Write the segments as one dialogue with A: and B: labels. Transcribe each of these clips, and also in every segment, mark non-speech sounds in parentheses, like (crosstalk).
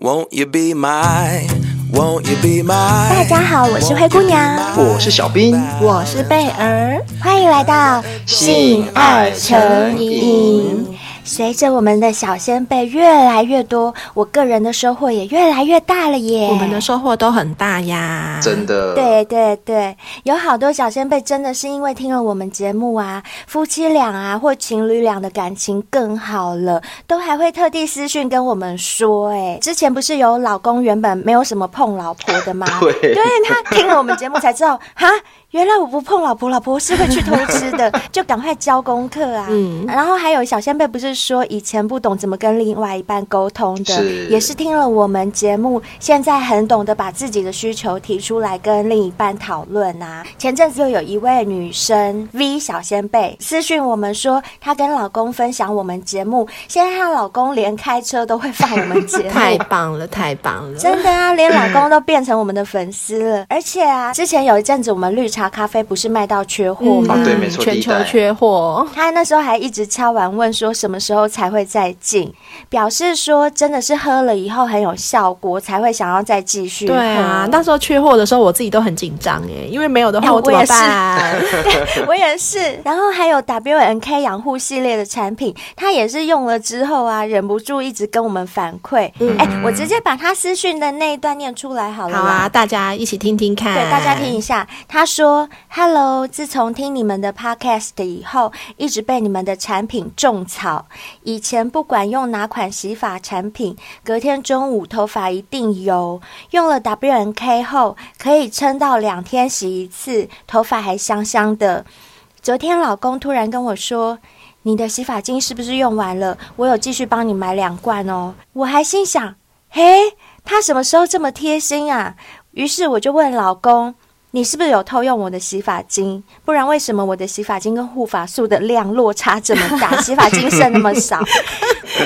A: Won't you be my? Won't you be my?
B: 大家好，我是灰姑娘，
C: 我是小兵，
B: 我是贝儿，欢迎来到
C: 性爱成瘾。
B: 随着我们的小先辈越来越多，我个人的收获也越来越大了耶。
D: 我们的收获都很大呀。
C: 哦真的，
B: 对对对，有好多小先辈真的是因为听了我们节目啊，夫妻俩啊或情侣俩的感情更好了，都还会特地私讯跟我们说、哎，之前不是有老公原本没有什么碰老婆的吗？
C: (laughs) 对
B: 他听了我们节目才知道， (laughs) 哈，原来我不碰老婆，老婆是会去偷吃
C: (laughs)
B: 的，就赶快交功课啊。
D: 嗯
B: 然后还有小先辈不是说以前不懂怎么跟另外一半沟通的，
C: 是
B: 也是听了我们节目，现在很懂得把自己的需求提出来跟另一半讨论啊。前阵子又有一位女生 V 小先辈私讯我们说，她跟老公分享我们节目，现在她老公连开车都会放我们节目，
D: (laughs) 太棒了，太棒了！
B: 真的啊，连老公都变成我们的粉丝了。而且啊，之前有一阵子我们绿茶咖啡不是卖到缺货吗？
C: 哦对没错
D: 嗯全球
C: 第一代
D: 缺货，
B: 他那时候还一直敲完问说什么时候才会再进，表示说真的是喝了以后很有效果，才会想要再继续喝。
D: 对啊，那时候缺货的时候，我自己都很紧张哎，因为没有的
B: 嗯哎
D: 话
B: 我
D: 怎么
B: 也是
D: 办？
B: (laughs) 我也是。然后还有 WNK 养护系列的产品，他也是用了之后啊，忍不住一直跟我们反馈。哎、我直接把他私讯的那一段念出来好了啦。
D: 嗯好啊，大家一起听听看，
B: 对，大家听一下。他说：“Hello，自从听你们的 Podcast 以后，一直被你们的产品种草。以前不管用哪款洗发产品，隔天中午头发一定油。用了 WNK 后，可以撑到两天洗一次，头发还香香的。昨天老公突然跟我说。”你的洗发精是不是用完了？我有继续帮你买两罐哦。我还心想，嘿，他什么时候这么贴心啊？于是我就问老公：“你是不是有偷用我的洗发精？不然为什么我的洗发精跟护发素的量落差这么
C: (laughs)
B: 大，洗发精剩那么少？”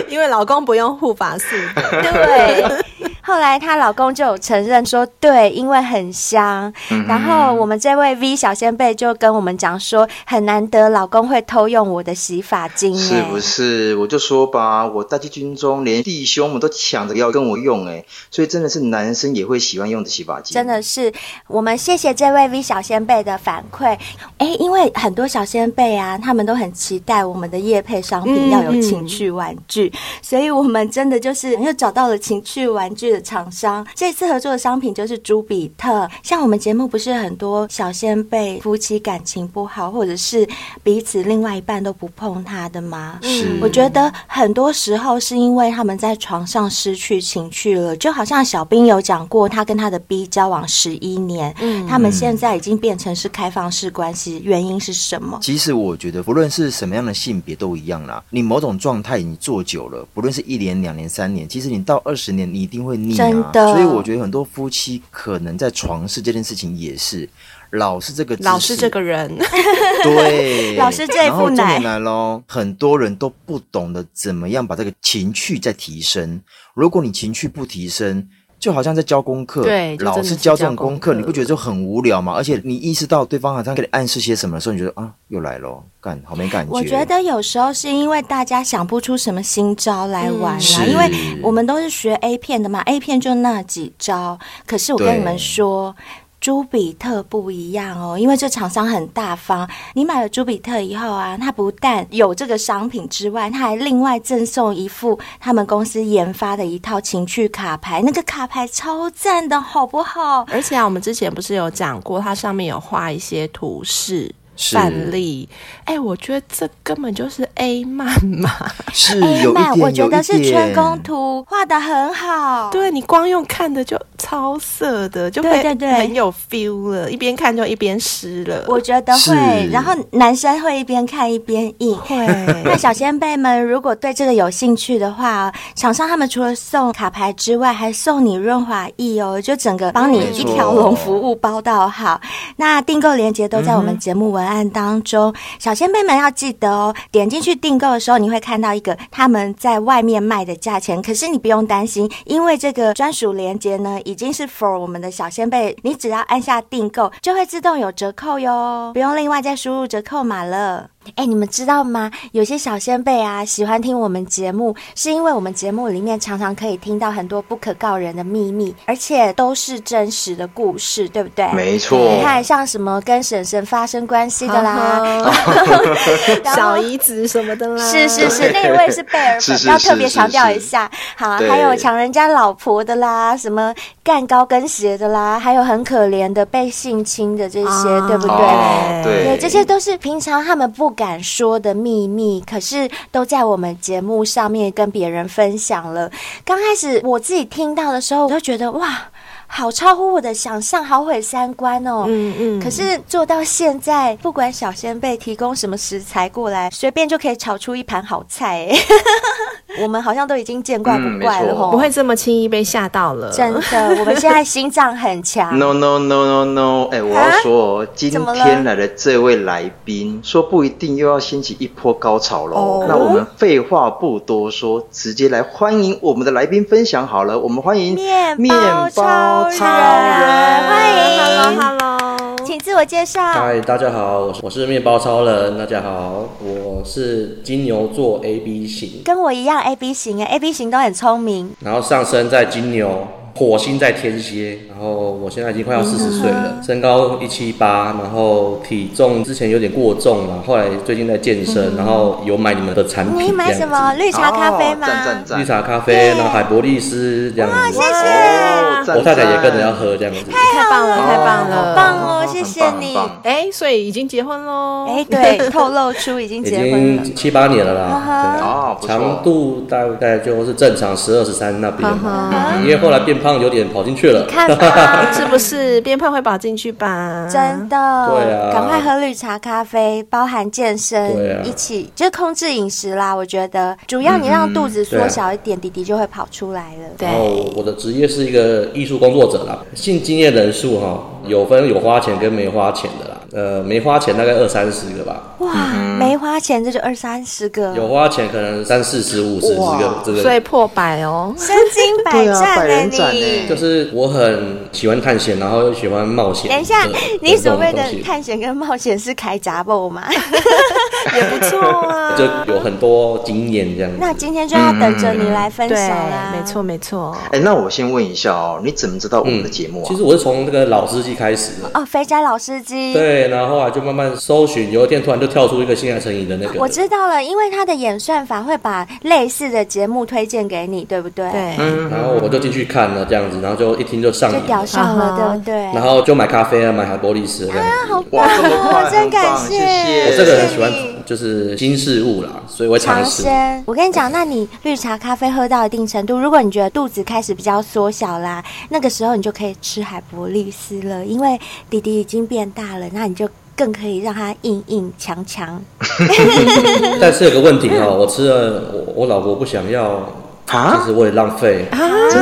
D: 因为老公不用护发素的，
B: 对。后来她老公就有承认说，对，因为很香。
C: 嗯
B: 然后我们这位 V 小先辈就跟我们讲说，很难得老公会偷用我的洗发精、
C: 是
B: 哎
C: 不是？我就说吧，我带去军中，连弟兄们都抢着要跟我用、哎，所以真的是男生也会喜欢用的洗发精，
B: 真的是，我们谢谢这位 V 小先辈的反馈。哎，因为很多小先辈啊，他们都很期待我们的业配商品
D: 嗯
B: 要有情趣玩具，所以我们真的就是又找到了情趣玩具的厂商。这次合作的商品就是朱比特。像我们节目不是很多小先辈夫妻感情不好，或者是彼此另外一半都不碰他的吗？
C: (laughs)
D: 嗯
C: 是
B: 我觉得很多时候是因为他们在床上失去情趣了，就好像小兵有讲过，他跟他的 B 交往十一年，
D: 嗯
B: 他们现在已经变成是开放式关系，原因是什么？
E: 其实我觉得，不论是什么样的性别都一样啦。你某种状态你做久了，不论是一年、两年、三年，其实你到二十年，你一定会腻啊。
B: 真的
E: 所以我觉得很多夫妻可能在床事这件事情也是，老是这个姿势
D: 老是这个人，
B: (laughs)
E: 对，
B: 老是这一
E: 然后
B: 副
E: 重
B: 奶
E: 点来喽，很多人都不懂得怎么样把这个情趣再提升。如果你情趣不提升，就好像在教功课，
D: 对就真的
E: 老
D: 是
E: 是教这种
D: 教功
E: 功课，你
D: 课
E: 不觉得就很无聊吗？而且你意识到对方好像给你暗示些什么的时候，你觉得啊，又来喽，干好没感觉。
B: 我觉得有时候是因为大家想不出什么新招来玩啦，
E: 嗯
B: 因为
E: 是
B: 我们都是学 A 片的嘛，A 片就那几招。可是我跟
E: 对
B: 你们说。朱比特不一样哦，因为这厂商很大方。你买了朱比特以后啊，它不但有这个商品之外，它还另外赠送一副他们公司研发的一套情趣卡牌，那个卡牌超赞的，好不好？
D: 而且啊，我们之前不是有讲过，它上面有画一些图示。
E: 是
D: 范例，哎、我觉得这根本就是 A 漫嘛。
E: 是
B: 哎
E: 有一
B: 妈，
E: 点，
B: 我觉得
E: 有
B: 是
E: 一
B: 春
E: 点
B: 宫图画的很好。
D: 对你光用看的就超色的，就
B: 对
D: 会
B: 对对
D: 很有 feel 了，一边看就一边湿了。
B: 我觉得会
E: 是，
B: 然后男生会一边看一边印。
D: 会
B: 那小先辈们，如果对这个有兴趣的话，厂商他们除了送卡牌之外，还送你润滑液哦，就整个帮你
E: 没错
B: 一条龙服务包到好。那订购链接都在我们节目文案当中，小先辈们要记得哦，点进去订购的时候，你会看到一个他们在外面卖的价钱，可是你不用担心，因为这个专属链接呢，已经是 for 我们的小先辈，你只要按下订购，就会自动有折扣哟，不用另外再输入折扣码了。哎，你们知道吗？有些小先辈啊，喜欢听我们节目，是因为我们节目里面常常可以听到很多不可告人的秘密，而且都是真实的故事，对不对？
C: 没错
B: 你看，像什么跟婶婶发生关系的啦， (laughs) 然后
D: 小姨子什么的啦，
B: 是是是，那一位是贝尔
C: 是
B: 粉，
C: 是
B: 要
C: 是
B: 特别
C: 是
B: 强调一
C: 是
B: 下。好，
C: 对
B: 还有抢人家老婆的啦，什么干高跟鞋的啦，还有很可怜的被性侵的这些，
D: 啊
B: 对不对？
C: 哦对
B: 对，这些都是平常他们不敢说的秘密，可是都在我们节目上面跟别人分享了。刚开始我自己听到的时候，我就觉得哇，好超乎我的想象，好毁三观哦。
D: 嗯嗯，
B: 可是做到现在，不管小先辈提供什么食材过来，随便就可以炒出一盘好菜、
C: (laughs)
B: 哎，我们好像都已经见怪不怪了
C: 嗯没错
B: 吼。
D: 不会这么轻易被吓到了，
B: 真的，我们现在心脏很
C: (laughs)
B: 强。
C: No no no no no！哎、我要说哦，今
B: 啊怎么
C: 天来的这位来宾说不一定又要掀起一波高潮喽。
D: 哦
C: 那我们废话不多说，直接来欢迎我们的来宾分享好了。我们欢迎
B: 面包
C: 面包
B: 超
C: 超
B: 人欢迎
D: Hello Hello，
B: 请自我介绍。
F: 嗨，大家好，我是我是面包超人。大家好，我是金牛座 A B 型，
B: 跟我一样 A B 型啊，A B 型都很聪明。
F: 然后上升在金牛，火星在天蝎，然后我现在已
B: 嗯
F: 经快要四十岁了，身高一七八，然后体重之前有点过重了，后来最近在健身，然后有买你们的产品，
B: 嗯你买
F: 嗯这样
B: 什么
F: 子？
B: 绿茶咖啡吗？
C: 哦赞赞赞！
F: 绿茶咖
B: 耶
F: 啡，然后海博利斯这样子。
C: 哦，赞
F: 我太太也跟着要。喝这样子。
D: 太棒了，太棒
B: 好
D: 了，
B: 棒哦，
C: 很
B: 谢谢
C: 很
B: 你。
C: 棒
D: 哎，所以已经结婚喽？
B: 哎，
D: (laughs)
B: 对，透露出已经
F: 已
B: 结婚了。
F: 经七八年了
B: 哈
F: 啦，对啊
C: 哦不错
F: 长度大概就是正常十二十三那边
D: 哈
F: 嘛，因为后来变胖有点跑进去了。
B: 看吧，
D: 是不是变胖会跑进去吧？
B: 真的，
F: 对啊
B: 赶快喝绿茶咖啡，包含健
F: 对
B: 身，
F: 啊
B: 一起就是控制饮食啦。我觉得主要你让肚子缩小一点，弟弟就会跑出来了。
D: 对
F: 然后我的职业是一个艺术工作者啦，性经验人数哈、有分有花钱跟没花钱的啦，呃，没花钱大概二三十个吧，
B: 哇，没花钱这就二三十个，
F: 有花钱可能三四十五十这个这
D: 所以
F: 个。
D: 破百哦。
B: 身经百
C: 对啊
B: 战呢
C: 百人斩
B: 你
C: 呢。
F: 就是我很喜欢探险，然后又喜欢冒险的。
B: 等一下
F: 的，
B: 你所谓
F: 这种东
B: 的
F: 西
B: 探险跟冒险是开闸不
F: (laughs)
B: 吗？
D: 也不错啊。
F: 就有很多经验这样子。
B: 那今天就要等着你来分
D: 嗯对
B: 享啦。，
D: 没错没错。
C: 哎、那我先问一下哦，你怎么知道我们的节目啊？
F: 嗯其实我是从这个老司机开始的，
B: 哦，肥宅老司机。
F: 对，然后后来啊就慢慢搜寻，有一天突然就跳出一个性爱成瘾的那个，
B: 啊我知道了，因为他的演算法会把类似的节目推荐给你，对不对？，
D: 对，
F: 然后我就进去看了这样子，然后就一听就上
B: 就
F: 瘾
B: 屌
F: 了，
B: 上
D: 啊哈
B: 了，对不对？
F: 然后就买咖啡啊，买海波利斯这样子。
B: 哎好棒
C: 哇，这么
B: 哦
C: 快，！
B: 真
C: 很
B: 感
C: 棒，
B: 谢，
C: 谢谢。
F: 我这个人喜欢
B: 你
F: 就是新事物啦，所以我会尝
B: 尝
F: 试。
B: 鲜。我跟你讲，那你绿茶咖啡喝到一定程度，如果你觉得肚子开始比较缩小啦，那个时候你就可以吃海博利斯了，因为弟弟已经变大了，那你就更可以让它硬硬强强。
F: 但是有个问题哈、我吃了我我老婆不想要，
C: 啊
F: 就是我也浪费。
D: 啊所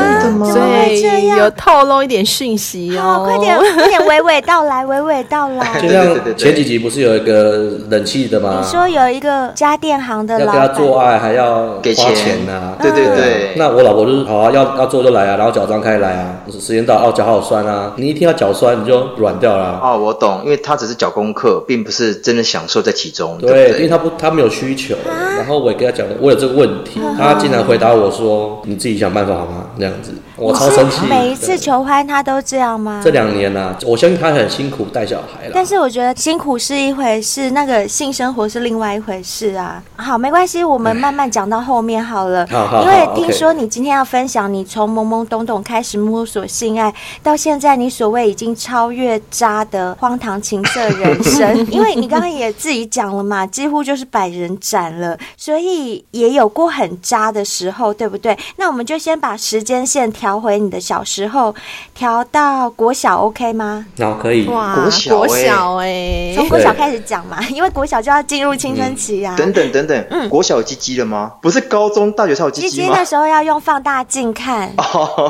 B: 会这
D: 以
B: 样
D: 有透露一点讯息
B: 好，
D: 哦。
B: 快点，快点，娓娓道来，娓娓道来。
C: (laughs) 对
F: 就
C: 对对对
F: 像
C: 对
F: 前几集不是有一个冷气的吗？
B: 你说有一个家电行的
F: 要
B: 老
F: 跟他
B: 板，
F: 做爱还要
C: 给
F: 花
C: 钱
F: 钱呐、
C: 对对
F: 啊
C: 对
F: 那我老婆就是好啊，要要做就来啊，然后脚张开来啊，时间到哦，脚好酸啊，你一听到脚酸你就软掉了啊、
C: 哦，我懂，因为他只是搞功课，并不是真的享受在其中，对
F: 对，
C: 不
F: 因为他不他没有需求，
B: 啊
F: 然后我也跟他讲我有这个问题，他竟然回答我说你自己想办法好吗？这样子，我超生气。
B: 每一次
F: 对
B: 求欢他都这样吗？
F: 这两年呐、我相信他很辛苦带小孩
B: 但
F: 了。
B: 是我觉得辛苦是一回事，那个性生活是另外一回事啊。好，没关系，我们慢慢讲到后面好了。
F: 好好好
B: 因为听说你今天要分享你从懵懵懂懂开始摸索性爱，到现在你所谓已经超越渣的荒唐情色人
F: (laughs)
B: 生，因为你刚刚也自己讲了嘛，几乎就是百人斩了，所以也有过很渣的时候，对不对？那我们就先把时间线调回你的小时候，调到国小，OK 吗？
F: 然后可以，
D: 哇，
C: 国小欸
D: 小哎，
B: 从国小开始讲嘛，因为国小就要进入青春期啊。
C: 等等等等，国小有鸡鸡了吗？不是高中、大学才有鸡
B: 鸡
C: 鸡
B: 鸡
C: 吗 (laughs) 哦
B: 那？时候要用放大镜看，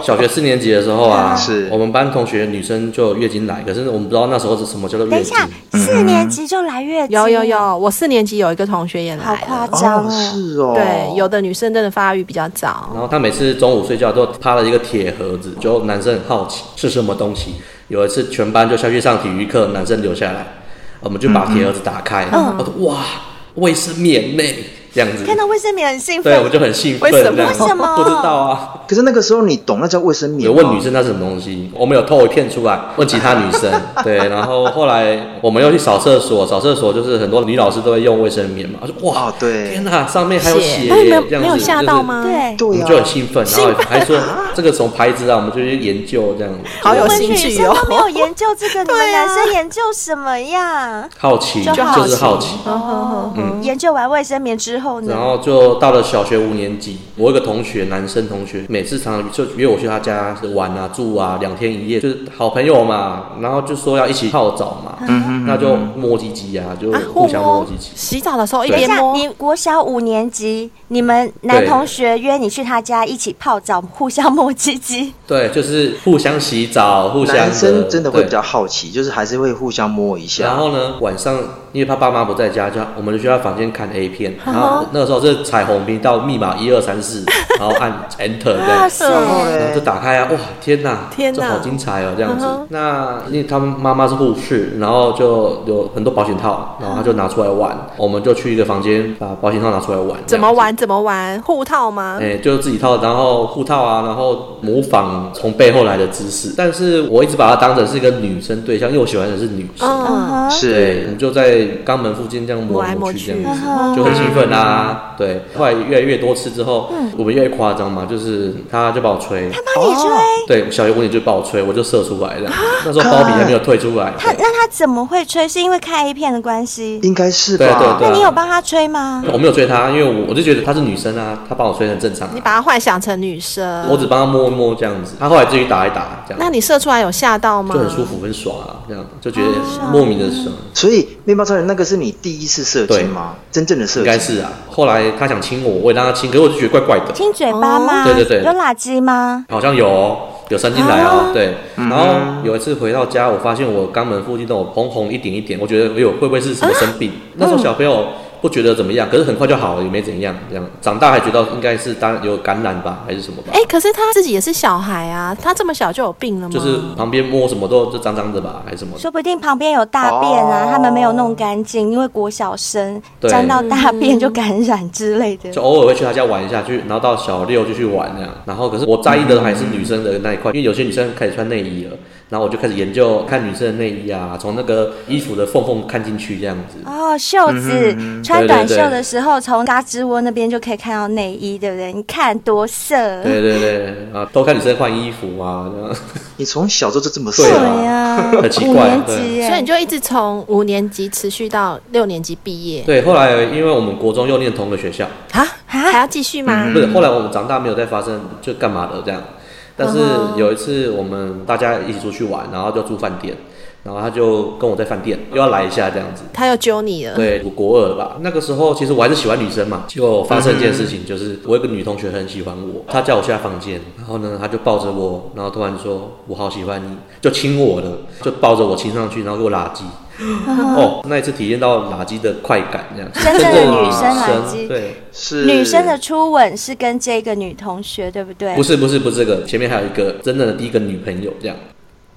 F: 小学四年级的时候啊，
C: 是
F: 我们班同学女生就有月经来，可是我们不知道那时候是什么叫做
B: 等
F: 月
B: 一
F: 经。
B: 下四年级就来月经，
D: 有有，有，我四年级有一个同学也来
B: 好
D: 了，
B: 夸张
C: 哦，
B: 哦！
C: 是哦，
D: 对，有的女生真的发育比较早，
F: 然后他每次中午睡觉都趴了一个铁盒子，就男生很好奇是什么东西。有一次嗯哦全班就下去上体育课，男生留下来，我们就把铁盒子打开，我说哇，卫生棉妹这样子。
B: 看到卫生棉很兴
F: (laughs) 对，我
B: 奋，
F: 就很兴奋。
D: 为什么
F: 这样
B: 为什么
F: 不知道啊。
C: 可是那个时候你懂那叫卫生棉
F: 有
C: 吗？
F: 问女生那是什么东西，我们有偷一片出来问其他女 (laughs) 生，对，然后后来我们又去扫厕所，扫厕所就是很多女老师都会用卫生棉嘛，我说哇，
C: 哦对
F: 天哪，上面还有血，
D: 那你们
F: 这样
D: 没
F: 子
D: 有吓到吗？
F: 就是
B: 对，
F: 我
C: 对
F: 们
C: 啊，
F: 就很兴奋，然后还说这个从牌子啊，我们就去研究这样子，
D: 好有
B: 我们
D: 兴
B: 女
D: 趣哦啊
B: 生
D: 哟、
B: 都没有研究这
D: (laughs)
B: 个，你们男生研究什么呀？
F: 好奇
B: 就好奇嗯
F: 就是好奇，
B: 哦，
D: 嗯
B: 研究完卫生棉之后
F: 然
B: 呢？
F: 后就到了小学五年级，我有个同学，男生同学，每次常常就约我去他家玩啊、住啊，两天一夜，就是好朋友嘛。然后就说要一起泡澡嘛，那就摸鸡鸡啊，就
D: 啊
F: 互相
D: 互摸
F: 摸鸡鸡。
D: 洗澡的时候一
B: 等一
D: 边
B: 下，
D: 摸，
B: 你国小五年级，你们男同学约你去他家一起泡澡，互相摸鸡鸡，
F: 对，就是互相洗澡，互相
C: 男生真的会
F: 对
C: 比较好奇，就是还是会互相摸一下。
F: 然后呢，晚上因为他爸妈不在家，就我们就去他房间看 A 片。然后那个时候是彩虹频道密码一二三四，然后按 Enter 这样。
C: 然后
F: 然后
C: 呢，
F: 就打开啊，哇，天哪，
D: 啊哦天
F: 这
D: 哪
F: 好精彩哦，这样
D: 嗯
F: 子。
D: 哼
F: 那因为他们妈妈是护士，然后就有很多保险套，然后他就拿出来玩，我们就去一个房间把保险套拿出来玩，
D: 怎么
F: 这样子？
D: 玩怎么玩，护套吗？
F: 哎、就自己套，然后护套啊，然后模仿从背后来的姿势，但是我一直把它当成是一个女生对象，因为我喜欢的是女生。
D: 嗯，
F: 啊对，我
C: 是
F: 们就在肛门附近这样摸
D: 摸来摸
F: 去，
D: 去
F: 这样子
B: 嗯
F: 就很兴奋啊。对，后来越来越多次之后，我们越来越夸张嘛，就是他就把我吹，
B: 他帮你吹，
F: 对，小学五年就把我吹，我就射出来了。那时候包皮还没有退出来。
B: 他那他怎么会吹？是因为看 A 片的关系？
C: 应该是吧？
F: 对啊对对
B: 那你有帮他吹吗？
F: 我没有追她，因为我我就觉得她是女生啊，她帮我吹很正常啊、
D: 你把它幻想成女生，
F: 我只帮她摸一摸这样子，她后来自己打一打这样。
D: 嗯那你射出来有吓到吗？
F: 就很舒服，很爽啊，这样就觉得莫名的爽，
C: 所以面包超人那个是你第一次射精吗？真正的射
F: 应
C: 精
F: 该是啊。后来她想亲我，我也让她亲，可是我就觉得怪怪的，
B: 亲嘴巴吗？
F: 哦对对对
B: 有垃圾吗？
F: 好像有哦，有伸进来哦，对。然后有一次回到家，我发现我肛门附近都有红红一点一点，我觉得哎呦会不会是什么生病？那时候小朋友不觉得怎么样，可是很快就好了，也没怎样。这样长大还觉得应该是当然有感染吧，还是什么吧
D: 哎、？可是他自己也是小孩啊，他这么小就有病了吗？
F: 就是旁边摸什么都就脏脏的吧，还是什么的？
B: 说不定旁边有大便啊，
C: 哦
B: 他们没有弄干净，因为国小生
F: 对
B: 沾到大便就感染之类的。
F: 就偶尔会去他家玩一下，去然后到小六就去玩那样。然后可是我在意的还是女生的那一块，因为有些女生开始穿内衣了，然后我就开始研究看女生的内衣啊，从那个衣服的缝缝看进去这样子。
B: 哦，袖
F: 嗯
B: 子、穿
F: 对对
B: 短袖
F: 对
B: 的时候，从嘎吱窝那边就可以看到内衣，对不对？你看多色，
F: 对对对啊，都看女生换衣服啊，这样
C: 你从小就就这么射
F: 对
C: 啊
F: 啊
B: 对呀，
F: (laughs) 很奇
B: 五
F: 怪啊
B: 年
F: 对
B: 级耶，
D: 所以你就一直从五年级持续到六年级毕业
F: 对，后来因为我们国中又念同一个学校，
D: 啊？还要继续吗？
F: 不是，后来我们长大没有再发生，就干嘛的这样。但是有一次我们大家一起出去玩，然后就住饭店，然后他就跟我在饭店又要来一下这样子。
D: 他又揪你了，
F: 对，读国二了吧？那个时候其实我还是喜欢女生嘛，就发生一件事
B: 嗯
F: 情，就是我有个女同学很喜欢我，她叫我去她房间，然后呢，她就抱着我，然后突然说我好喜欢你，就亲我了，就抱着我亲上去，然后给我拉鸡。哦，那一次体验到拉鸡的快感，这样
B: 啊真正的女生拉
F: 拉
B: 鸡
F: 对，
C: 是
B: 女生的初吻是跟这个女同学，对不对？
F: 不是不是不是这个，前面还有一个真正的第一个女朋友这样。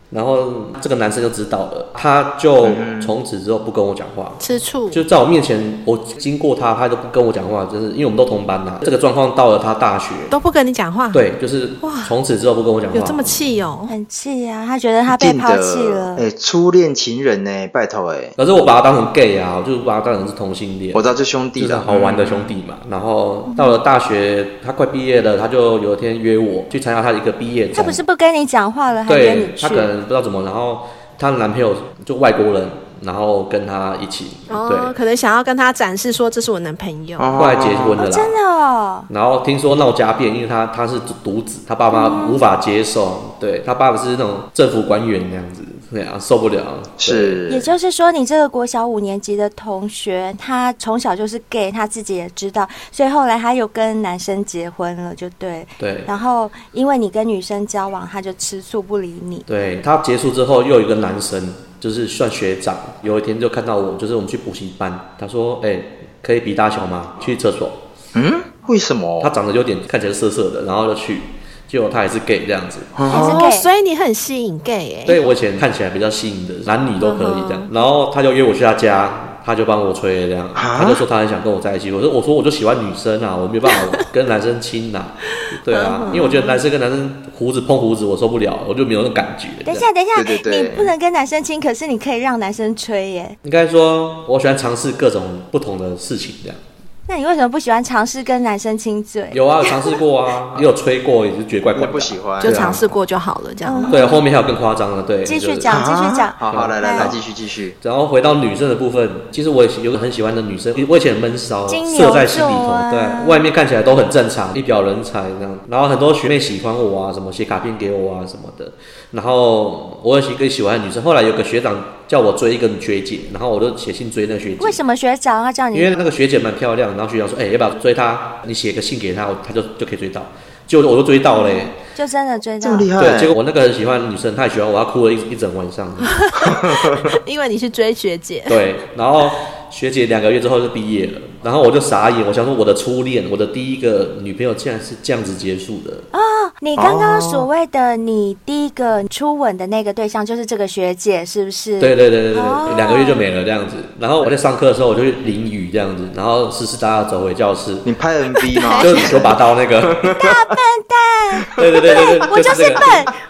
F: 然后这个男生就知道了，他就
B: 嗯
F: 从此之后不跟我讲话，
D: 吃醋。
F: 就在我面前，我经过他，他都不跟我讲话，就是因为我们都同班呐、这个状况到了他大学，
D: 都不跟你讲话，，
F: 对，就是从此之后不跟我讲话。
D: 有这么气哦、
B: 很气啊，她觉得她
C: 一
B: 被
C: 定的
B: 抛弃了。
C: 哎，初恋情人呢？拜托哎，
F: 可是我把他当成 gay 啊，我就把他当成是同性恋
C: 我，知道这兄
F: 就
C: 弟
F: 是
C: 了，
F: 好玩的兄弟嘛。然后到了大学，他快毕业了，他就有一天约我去参加他的一个毕业展。
B: 她不是不跟你讲话了，还约
F: 对
B: 你，去
F: 她可？能不知道怎么，然后她的男朋友就外国人，然后跟她一起，
D: 哦，
F: 对，
D: 可能想要跟他展示说这是我男朋友，
C: 哦
F: 后来结婚了
B: 哦，
F: 啦。
B: 真的哦，
F: 然后听说闹家变，因为他他是独子，他爸妈无法接受，对他爸爸是那种政府官员那样子，对啊，受不了。对，
B: 也
C: 是
B: 就是说，你这个国小五年级的同学，他从小就是 gay，他自己也知道，所以后来他又跟男生结婚了，就对。
F: 对
B: 然后因为你跟女生交往，他就吃醋不理你。
F: 对他结束之后，又有一个男生，就是算学长，有一天就看到我，就是我们去补习班，他说：“哎、可以比大小吗？去厕所。”
C: 嗯，为什
F: 他
C: 么？
F: 长得有点看起来色色的，然后就去，结果他还是 gay 这样子。
B: 还是
D: 哦，
B: gay，、
D: 所以你很吸引 gay 哎、
B: 嗯
F: 对我以前看起来比较吸引的，男女都可以这样。然后他就约我去他家，他就帮我吹这样，
C: 啊
F: 他就说他很想跟我在一起。我说我说我就喜欢女生啊，我没有办
C: (laughs)
F: 法跟男生亲呐、对
B: 嗯
F: 啊，因为我觉得男生跟男生胡子碰胡子我受不了，我就没有那种感觉。
B: 等一下，等一下，
C: 对对对
B: 你不能跟男生亲，可是你可以让男生吹耶。
F: 应该说我喜欢尝试各种不同的事情这样。
B: 那你为什么不喜欢尝试跟男生亲嘴？
F: 有啊，有尝试过啊，也有吹过，也是觉得怪怪
C: 我
F: 的。啊
C: 不喜欢。
D: 就尝试过就好了，这样。
F: 对，后面还有更夸张的，对，
B: 继
F: 就
B: 续
F: 是
B: 讲，继续讲。
C: 啊
B: 哎
C: 好好，来来来，
B: 对
C: 继续继续。
F: 然后回到女生的部分，其实我也有个很喜欢的女生，我以前很闷骚，
B: 金牛
F: 射在心里头，
B: 座啊
F: 对外面看起来都很正常，一表人才这样。然后很多学妹喜欢我啊，什么写卡片给我啊什么的。然后我有一个喜欢的女生，后来有个学长叫我追一个学姐，然后我就写信追那个学姐。
B: 为什么学长要叫
F: 因为
B: 你？
F: 那个学姐蛮漂亮，然后学长说，哎、要不要追她？你写个信给她，我她就就可以追到。结果我就追到嘞、
B: 就真的追到
C: 这么厉害？
F: 对，结果我那个很喜欢的女生，她也喜欢我，她哭了一一整晚上。
D: 因为你是追学姐，
F: (laughs) 对，然后学姐两个月之后就毕业了，然后我就傻眼，我想说我的初恋，我的第一个女朋友竟然是这样子结束的。
B: 嗯你刚刚所谓的你第一个初吻的那个对象就是这个学姐，是不是？
F: 对对对对对，
B: 哦
F: 两个月就没了这样子。然后我在上课的时候，我就去淋雨这样子，然后湿湿哒哒走回教室，
C: 你拍 MV 吗？
F: (laughs) 就手把
B: (laughs)
F: 刀那个。
B: 大笨蛋，
F: 对对对对对，
B: 哎我就是
F: 这个
B: 笨，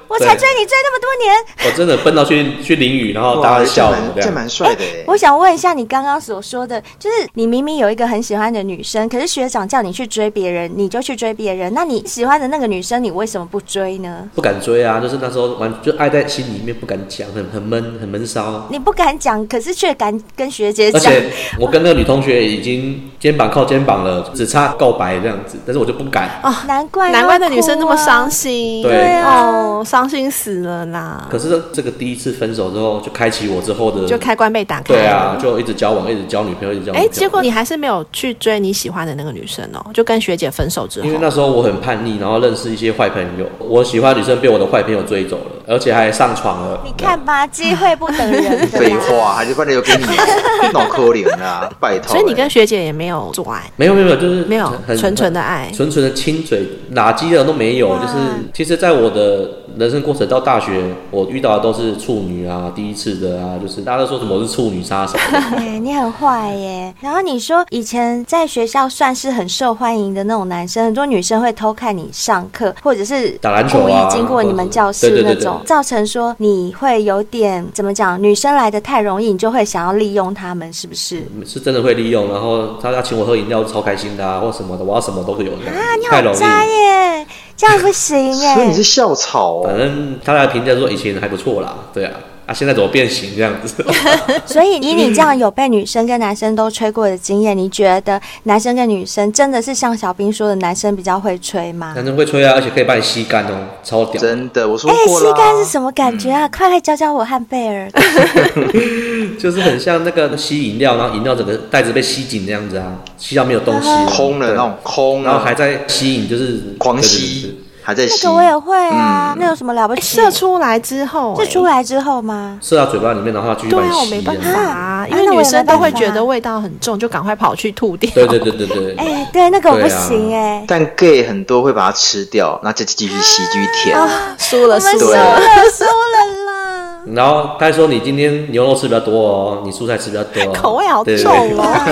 B: 我才
F: 对
B: 追你追那么多年。
F: 我真的笨到去去淋雨，然后大家
C: 哇，
F: 笑
C: 这
F: 我
C: 蛮
F: 这
C: 这
F: 样。
C: 蛮帅的欸
B: (laughs) 我想问一下，你刚刚所说的，就是你明明有一个很喜欢的女生，可是学长叫你去追别人，你就去追别人。那你喜欢的那个女生，你为什么不追呢？
F: 不敢追啊，就是那时候完就爱在心里面，不敢讲，很很闷，很闷骚。
B: 你不敢讲，可是却敢跟学姐
D: (laughs)
F: 而
B: 讲。
F: 且
D: 哦
F: 我跟那个女同学已经肩膀靠肩膀了，只差告白这样子，但是我就不敢。
D: 哦
B: 难怪、
D: 难怪那女生那么伤。心，
F: 对对
B: 啊
D: 哦，伤心死了啦，
F: 可是这个第一次分手之后，就开启我之后的
D: 就开关被打开，
F: 嗯对啊，，嗯就一直交往，一直交女朋友，一直交女
D: 哎、
F: 朋友。
D: 结果你还是没有去追你喜欢的那个女生哦，就跟学姐分手之后
F: 因为，那时候我很叛逆，然后认识一些坏朋友，我喜欢的女生被我的坏朋友追走了，而且还上床了。
B: 你看吧，机会不等人的
C: 废
B: 啦。
C: 话，还是快点有给你，脑可怜
B: (laughs)
C: 啊，拜托欸。
D: 所以你跟学姐也没有做爱，
F: 没有没有没有，就是
D: 没有
F: 很
D: 纯纯的爱
F: 纯纯的亲嘴，哪基的都没有。就是其实，在我的人生过程到大学，我遇到的都是处女啊，第一次的啊，就是大家都说什么我是处女杀手，
B: (laughs) 哎，你很坏耶！然后你说以前在学校算是很受欢迎的那种男生，很多女生会偷看你上课，或者是
F: 打篮球
B: 故意
F: 啊
B: 经过你们教
F: 对
B: 室
F: 对
B: 那
F: 对
B: 种，
F: 对
B: 造成说你会有点怎么讲？女生来的太容易，你就会想要利用他们，是不是？
F: 是真的会利用。然后他要请我喝饮料，超开心的啊，或什么的，我要什么都有的，
B: 啊，你
F: 太
B: 好
F: 容易。
B: 渣耶！这样不行
F: (laughs)
B: 耶！
C: 所以你是校草
F: 反
C: 哦，
F: 正他来评价说以前还不错啦，对啊，啊现在怎么变形这样子？
B: 所以以你这样有被女生跟男生都吹过的经验，你觉得男生跟女生真的是像小兵说的，男生比较会吹吗？
F: 男生会吹啊，而且可以把你吸干哦，超屌。
C: 真的，我说
B: 哎、
C: 过
B: 吸干是
C: 啦。
B: 什么感觉啊？快来教教我汉贝尔。
F: 就是很像那个吸饮料，然后饮料整个袋子被吸紧那样子啊，吸到没有东西，
C: 空了
F: 对
C: 那种，空了，啊
F: 然后还在吸引，就是
C: 狂吸，还在
B: 那
C: 吸
B: 个。我也会
F: 嗯
B: 啊，那有什么了不
D: 哎
B: 起？
D: 射出来之后、
B: 是
D: 哎
B: 出来之后吗？
F: 射到嘴巴里面，然后它继续
D: 对
F: 把你
D: 啊，我
F: 吸
D: 没
F: 这
D: 办
F: 样
D: 法
F: 子。
D: 啊，
B: 啊
D: 因为
B: 那我
D: 女
B: 也
D: 生
B: 没办
D: 都会
B: 法
D: 觉得味道很重，就赶快跑去吐掉。
F: 对对对对对，
B: 哎、对，那个我不
F: 对啊
B: 行哎、
C: 但 gay 很多会把它吃掉，然后再继续吸，继续舔。
D: (laughs)
B: 哦
D: 输了
B: 我们输啊
D: 输
C: 对
D: 了，
B: 了，输了啦。
F: 然后他还说你今天牛肉吃比较多哦，你蔬菜吃比较多、哦，
D: 口味好
F: 对
D: 重哦。
B: 啊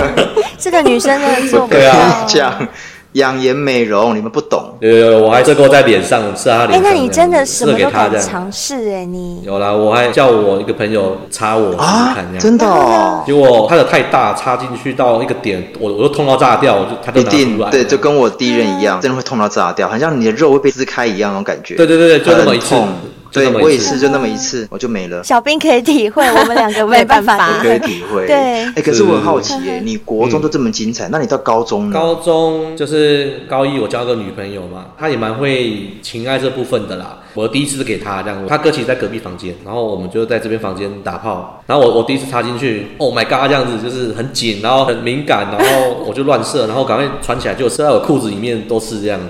B: 这个女生真的做不
F: 对啊
B: 到。
C: (laughs) 这样养颜美容，你们不懂。
F: 对对对有有呃有，我还射过在脸上，射他
B: 哎、
F: 脸上这样子。
B: 那你真的什么
F: 射给
B: 都
F: 他
B: 敢
F: 这样。
B: 尝试哎，你
F: 有啦，我还叫我一个朋友插我试试
C: 啊
F: 看，这样。
C: 真的哦，
F: 结果他的太大，插进去到一个点，我我就痛到炸掉，我就他就
C: 一
F: 拿出
C: 定
F: 来了，
C: 对，就跟我第一任
B: 啊
C: 一样，真的会痛到炸掉，好像你的肉会被撕开一样那种感觉。
F: 对对对对，就那么一
C: 很
F: 次
C: 痛。，
F: 就
C: 对
F: 那么一次
C: 我也是，就那么一
B: 嗯
C: 次，我就没了。
B: 小兵可以体会，我们两个没办法
D: 没办法
B: 体
C: 我
B: 会。
C: 可以体会。
B: 啊对嗯
C: 哎、可是我很好奇、耶，你国中就这么精彩，那你到高中呢？
F: 嗯高中就是高一，我交个女朋友嘛，她也蛮会情爱这部分的啦。我第一次是给她这样，她哥其实在隔壁房间，然后我们就在这边房间打炮，然后我我第一次插进去，Oh my god，这样子就是很紧，然后很敏感，然后我就乱射，然后赶快穿起来，就射在我裤子里面都是这样子。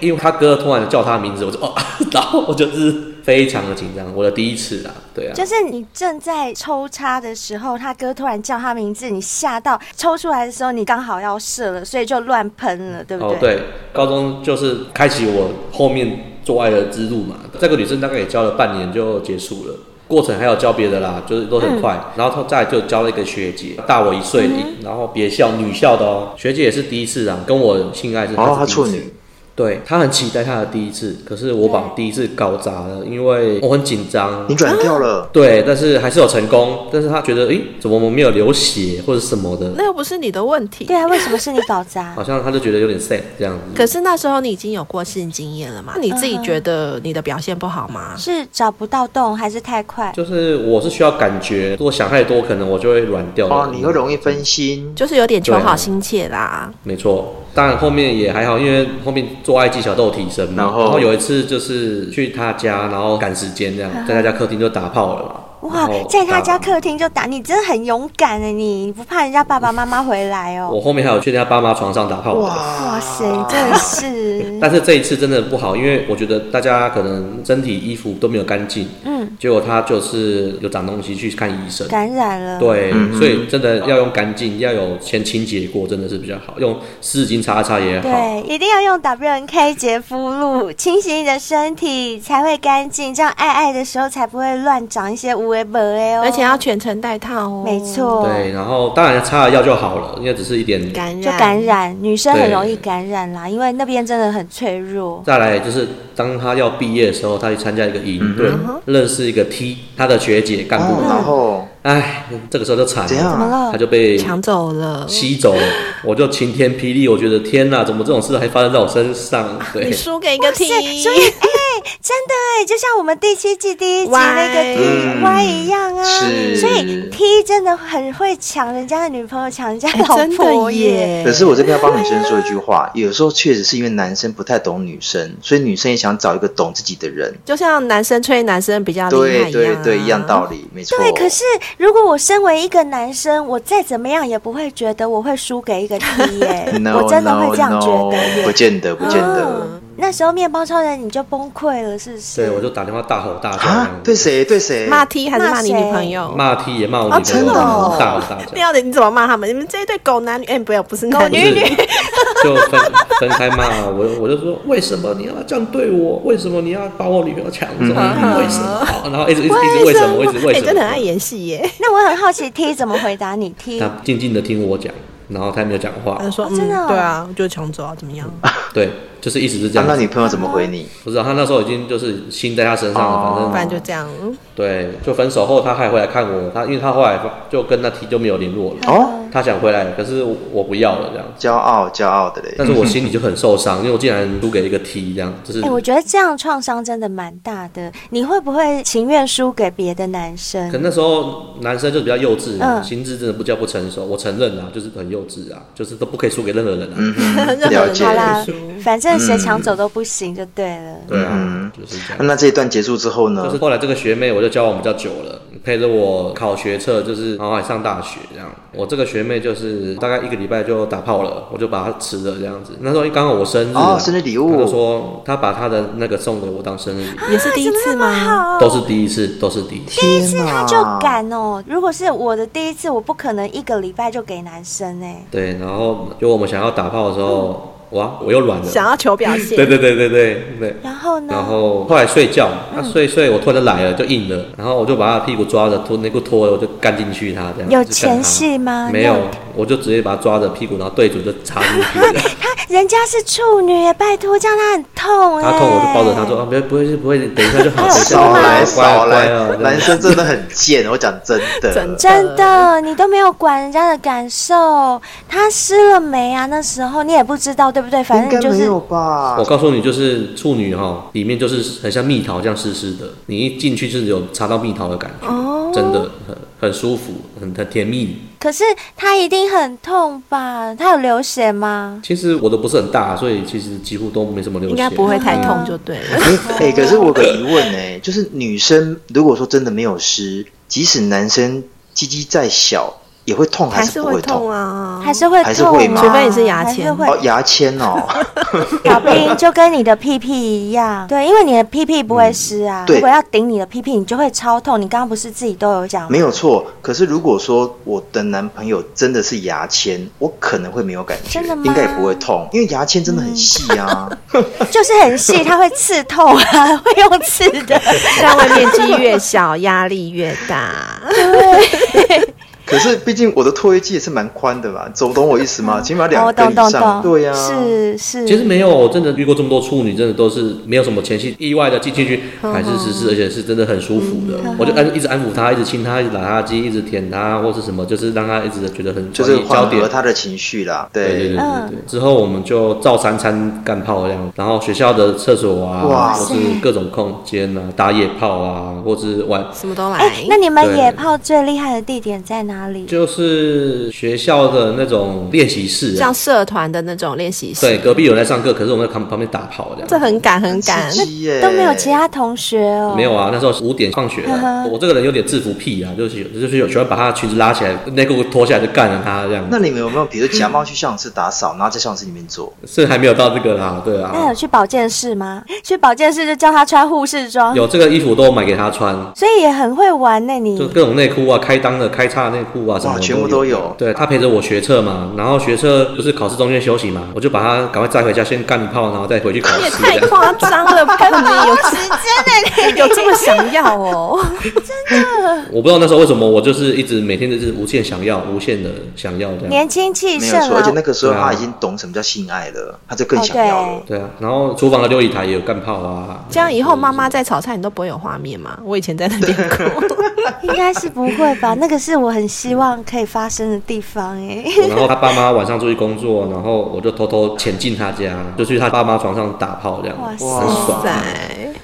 F: 因为她哥突然叫她名字，我就哦， (laughs) 然后我就是非常的紧张，我的第一次啦，对啊，
B: 就是你正在抽插的时候，他哥突然叫他名字，你吓到，抽出来的时候你刚好要射了，所以就乱喷了，对不
F: 哦，对，高中就是开启我后面做爱的之路嘛。这个女生大概也交了半年就结束了，过程还有教别的啦，就是都很快。然后他再来就教了一个学姐，大我一岁的，然后别校女校的哦，学姐也是第一次啊，跟我性爱是
C: 哦，她
F: 是第一
C: 处
F: 次
C: 女，
F: 对她很期待她的第一次，可是我把第一次搞砸了，因为我很紧张
C: 你。转掉了，
F: 对，但是还是有成功，但是她觉得，诶，怎么我们没有流血或者什么的，
D: 那又不是你的问题。
B: 对啊，为什么是你搞砸
F: 好？像她就觉得有点 sad 这样子。
D: 可是那时候你已经有过性经验
B: 嗯
D: 了嘛？你自己觉得你的表现不好吗？
B: 是找不到洞，还是太快？
F: 就是我是需要感觉，如果想太多，可能我就会软掉的。
C: 哦，你会容易分心，
D: 就是有点求
F: 对
D: 好心切啦。
F: 没错，当然后面也还好，因为后面做爱技巧都有提升嘛。
C: 然后
F: 有一次就是去他家，然后赶时间这
C: 啊
F: 样，在他家客厅就哦打炮了嘛。
B: 哇
F: 然后，
B: 在他家
F: 打。
B: 客厅就打，你真的很勇敢哎，你你不怕人家爸爸妈妈回来哦？
F: 我后面还有去他爸妈床上打炮。
B: 哇塞，真的
F: (laughs)
B: 是，
F: 但是这一次真的不好，因为我觉得大家可能身体衣服都没有干净，
B: 嗯，
F: 结果他就是有长东西去看医生。
B: 感染了。
F: 对，
C: 嗯
F: 所以真的要用干净，要有先清洁过，真的是比较好。用湿纸巾擦一擦也好。
B: 对，一定要用 WNK 洁肤露清洗你的身体，才会干净。这样爱爱的时候才不会乱长一些无为不为哦。
D: 而且要全程戴套哦。
B: 没，错，
F: 对，然后当然擦了药就好了，因为只是一点
D: 感染
B: 就感。染，女生很容易感染啦，因为那边真的很脆弱。
F: 再来就是当他要毕业的时候，他去参加一个营队，认识一个 T，他的学姐干部
C: 哦，。然后
F: 哎，这个时候就惨
C: 怎
F: 了，
C: 样
B: 怎么了
F: 他？就被
D: 抢走了。
F: 吸走了。我就晴天霹雳，我觉得天哪，怎么这种事还发生在我身上？对
D: 你，输给一个 T，
B: 所以，哎、真的哎、就像我们第七季第一集
D: Y
B: 那个 T
C: 嗯
B: Y 一样啊，
C: 是
B: 所以 T 真的很会抢人家的女朋友，抢人家
D: 哎
B: 老
D: 真
B: 婆
D: 的。
F: 哎
B: 嗯
D: 耶。
C: 可是我这边要帮女生说一句话，有时候确实是因为男生不太懂女生，所以女生也想找一个懂自己的人。
D: 就像男生吹男生比较厉害
C: 对
D: 一样、啊，
C: 对对，一样道理，没错。
B: 对，可是如果我身为一个男生，我再怎么样也不会觉得我会输给一个 T
F: (laughs)
B: 耶、
C: no,
B: 我真的会这样觉
C: no,
B: 得耶
C: no, 不见得，不见得。
B: 嗯那时候面包超人你就崩溃了，是不是？
F: 对我就打电话大吼大
C: 啊
F: 叫，，
C: 对谁？对谁？
D: 骂 T 还是骂你
B: 骂谁
D: 女朋友？
F: 骂 T 也骂我
D: 哦
F: 女朋友，
D: 真的
C: 哦
F: 大吼大叫，
D: 妙的，你怎么骂他们？你们这一对狗男女，哎、不要，不是狗
F: 不是 (laughs) 就分分开骂我，我就说为什么你要这样对我？为什么你要把我女朋友抢走？为什么？
C: 嗯
F: 然后一直一直一直为什么？
D: (laughs)
F: 我一直为
D: 哎、
F: 什么？
D: 真的很爱演戏耶。
B: 那我很好奇 T 怎么回答你 T
F: (laughs) 他静静的听我讲，然后他也没有讲话
D: 他。就说，
B: 哦真的哦
D: 嗯，对啊，我就抢走啊，怎么样？
F: 对，就是一直是
C: 那
F: 这样
C: 啊那
F: 子。
C: 女朋友怎么回你？
F: 不知道他那时候已经就是心在他身上了，
C: 哦
F: 反
D: 不
F: 正
D: 然就这样，
F: 对，就分手后他还回来看我，他因为他后来就跟那 T 就没有联络了。
C: 哦，
F: 他想回来，可是我我不要了这样。
C: 骄傲，骄傲的嘞。
F: 但是我心里就很受伤，因为我竟然输给一个 T 这样，就是
B: 哎、我觉得这样创伤真的蛮大的。你会不会情愿输给别的男
F: 可
B: 生？
F: 能那时候男生就比较幼稚嘛，
B: 嗯
F: 心智真的不叫不成熟，我承认啊，就是很幼稚啊，就是都不可以输给任何人
D: (laughs)
F: 啊。
C: 嗯
D: 任何
C: 了解
D: 人都
B: 好
D: 会
B: 啦
D: 输。，
B: 反正谁抢走都不行，就对了。
F: 对啊
C: 嗯，
F: 就是这样。
C: 那这一段结束之后
F: 就是
C: 呢？
F: 后来这个学妹，我就交往比较久了，陪着我考学测，就是然后还上大学这样。我这个学妹就是大概一个礼拜就打炮了，我就把她吃了这样子。那时候刚好我生日啊，
C: 哦生日礼物
F: 她就说她把她的那个送给我当生日礼物，
D: 也是第一次吗？
F: 都是第一次，都是第一次。
B: 第一
C: 天
B: 次他
C: 哪！
B: 就敢哦！如果是我的第一次，我不可能一个礼拜就给男生哎、
F: 对，然后就我们想要打炮的时候，哇，我又软了。
D: 想要求表现，
F: 对对对对对对。
B: 然后呢？
F: 然后后来睡觉，她睡一睡，我突然就来了，就硬了，然后我就把她屁股抓着，脱内裤脱了，我就干进去她这样。
B: 有
F: 就干
B: 前
F: 她
B: 戏吗？
F: 没有，我就直接把他抓着屁股，然后对准就插进去了。
B: 那，人家是处女耶，拜托，这样他很痛哎、
F: 他痛，我就抱着他说：“啊，别，不会，不会，等一下就好，等一下
C: 少
F: 就
C: 来
F: 好，乖
C: 少
F: 乖
C: 来，
F: 啊。这样
C: 男生真的很贱，我讲真的。
D: 真
B: 真的，你都没有管人家的感受，他湿了没啊？那时候你也不知道，对不对？反正
C: 应该
B: 你就
C: 没
B: 是
C: 有吧
F: 我？告诉你，就是处女哈、里面就是很像蜜桃这样湿湿的，你一进去就是有查到蜜桃的感觉，真的很很舒服，很很甜蜜。
B: 可是他一定很痛吧？他有流血吗？
F: 其实我的不是很大，所以其实几乎都没什么流血。
D: 应该不会太痛就对了。
C: 哎、可是我有个疑问呢、就是女生如果说真的没有湿，即使男生鸡鸡再小，也会痛还
D: 还
C: 是
D: 是
C: 不会
D: 会
C: 痛？
D: 痛啊，
B: 还是会
C: 还是
B: 痛
C: 会
B: 吗？
C: 吗
D: 除非你是牙签
B: 还是会
C: 哦，牙签哦， (laughs)
B: 小兵就跟你的屁屁一样，对，因为你的屁屁不会湿啊。
C: 嗯对
B: 如果要顶你的屁屁，你就会超痛。你刚刚不是自己都有讲吗？
C: 没有错。可是如果说我的男朋友真的是牙签，我可能会没有感觉
B: 真的吗，嗯
C: 应该也不会痛，因为牙签真的很细啊。
B: 就是很细，它会刺痛啊， (laughs) 会用刺的。
D: 但外面积越小，压力越 (laughs) 大。
C: (laughs) 可是毕竟我的唾液肌也是蛮宽的嘛，总懂我意思吗？起码两
B: 哦，
C: 根
B: 懂
C: 以
B: 懂
C: 上，
B: 懂，
C: 对呀、啊
B: 是是。
F: 其实没有，我真的遇过这么多处女，真的都是没有什么前戏，意外的进进去还是实施，而且是真的很舒服的。我就安一直安抚她，一直亲她，一直打她的鸡，一直舔她，或是什么，就是让她一直觉得很
C: 就是
F: 专一焦
C: 缓
F: 点
C: 和。他的情绪啦。
F: 对对对对
C: 对，
F: 对，之后我们就照三餐干炮这样，然后学校的厕所啊，
C: 哇
F: 或是各种空间啊，打野炮啊，或是玩，
D: 什么都来。
B: 哎，那你们
F: 对
B: 野炮最厉害的地点在哪里？
F: 就是学校的那种练习室、啊
D: 像，社团的那种练习
F: 对，
D: 室，
F: 隔壁有人在上课，可是我们在旁旁边打炮这样
D: 这。很赶很赶
C: 很。刺激耶，
B: 都没有其他同学哦。
F: 没有啊，那时候五点放学了。我这个人有点制服癖啊，就是就是有喜欢把她的裙子拉起来，内裤脱下来就干了她这样。
C: 那你们有没有，比如说假冒去相室打扫，然后在相室里面做？
B: 嗯
F: 是还没有到这个啦，对
B: 那
F: 啊
B: 有，去保健室吗？去保健室就叫他穿护士装，
F: 有这个衣服都买给她穿，
B: 所以也很会玩呢、
F: 就
B: 你
F: 各种内裤啊、开裆的、开叉的内裤啊什么
C: 哇
F: 的
C: 全部都有
F: 对她陪着我学测嘛，然后学测就是考试中间休息嘛，我就把她赶快载回家，先干一炮，然后再回去考
D: 你也
F: 试。这
D: 太
F: 样。
D: 夸张了 (laughs) 吧！你有时间
B: (laughs)
D: 呢？有这么想要哦？
F: 我不知道那时候为什么，我就是一直每天就是无限想要，无限的想要这样。
B: 年轻气
C: 没有
B: 盛
C: 错，而且那
B: 啊。
C: 个时候
F: 对啊
C: 他已经懂什么叫性爱了，他就更想要了。
B: 哦
F: 对啊，然后厨房的琉璃台也有干炮啊。
D: 这样以后妈妈在炒菜，你都不会有画面嘛？我以前在那边哭，
B: (laughs) 应该是不会吧？那个是我很希望可以发生的地方哎、
F: (laughs) 然后他爸妈晚上出去工作，然后我就偷偷潜进他家，就去他爸妈床上打炮这样，
B: 哇
F: 很
B: 塞
F: 爽。
D: 在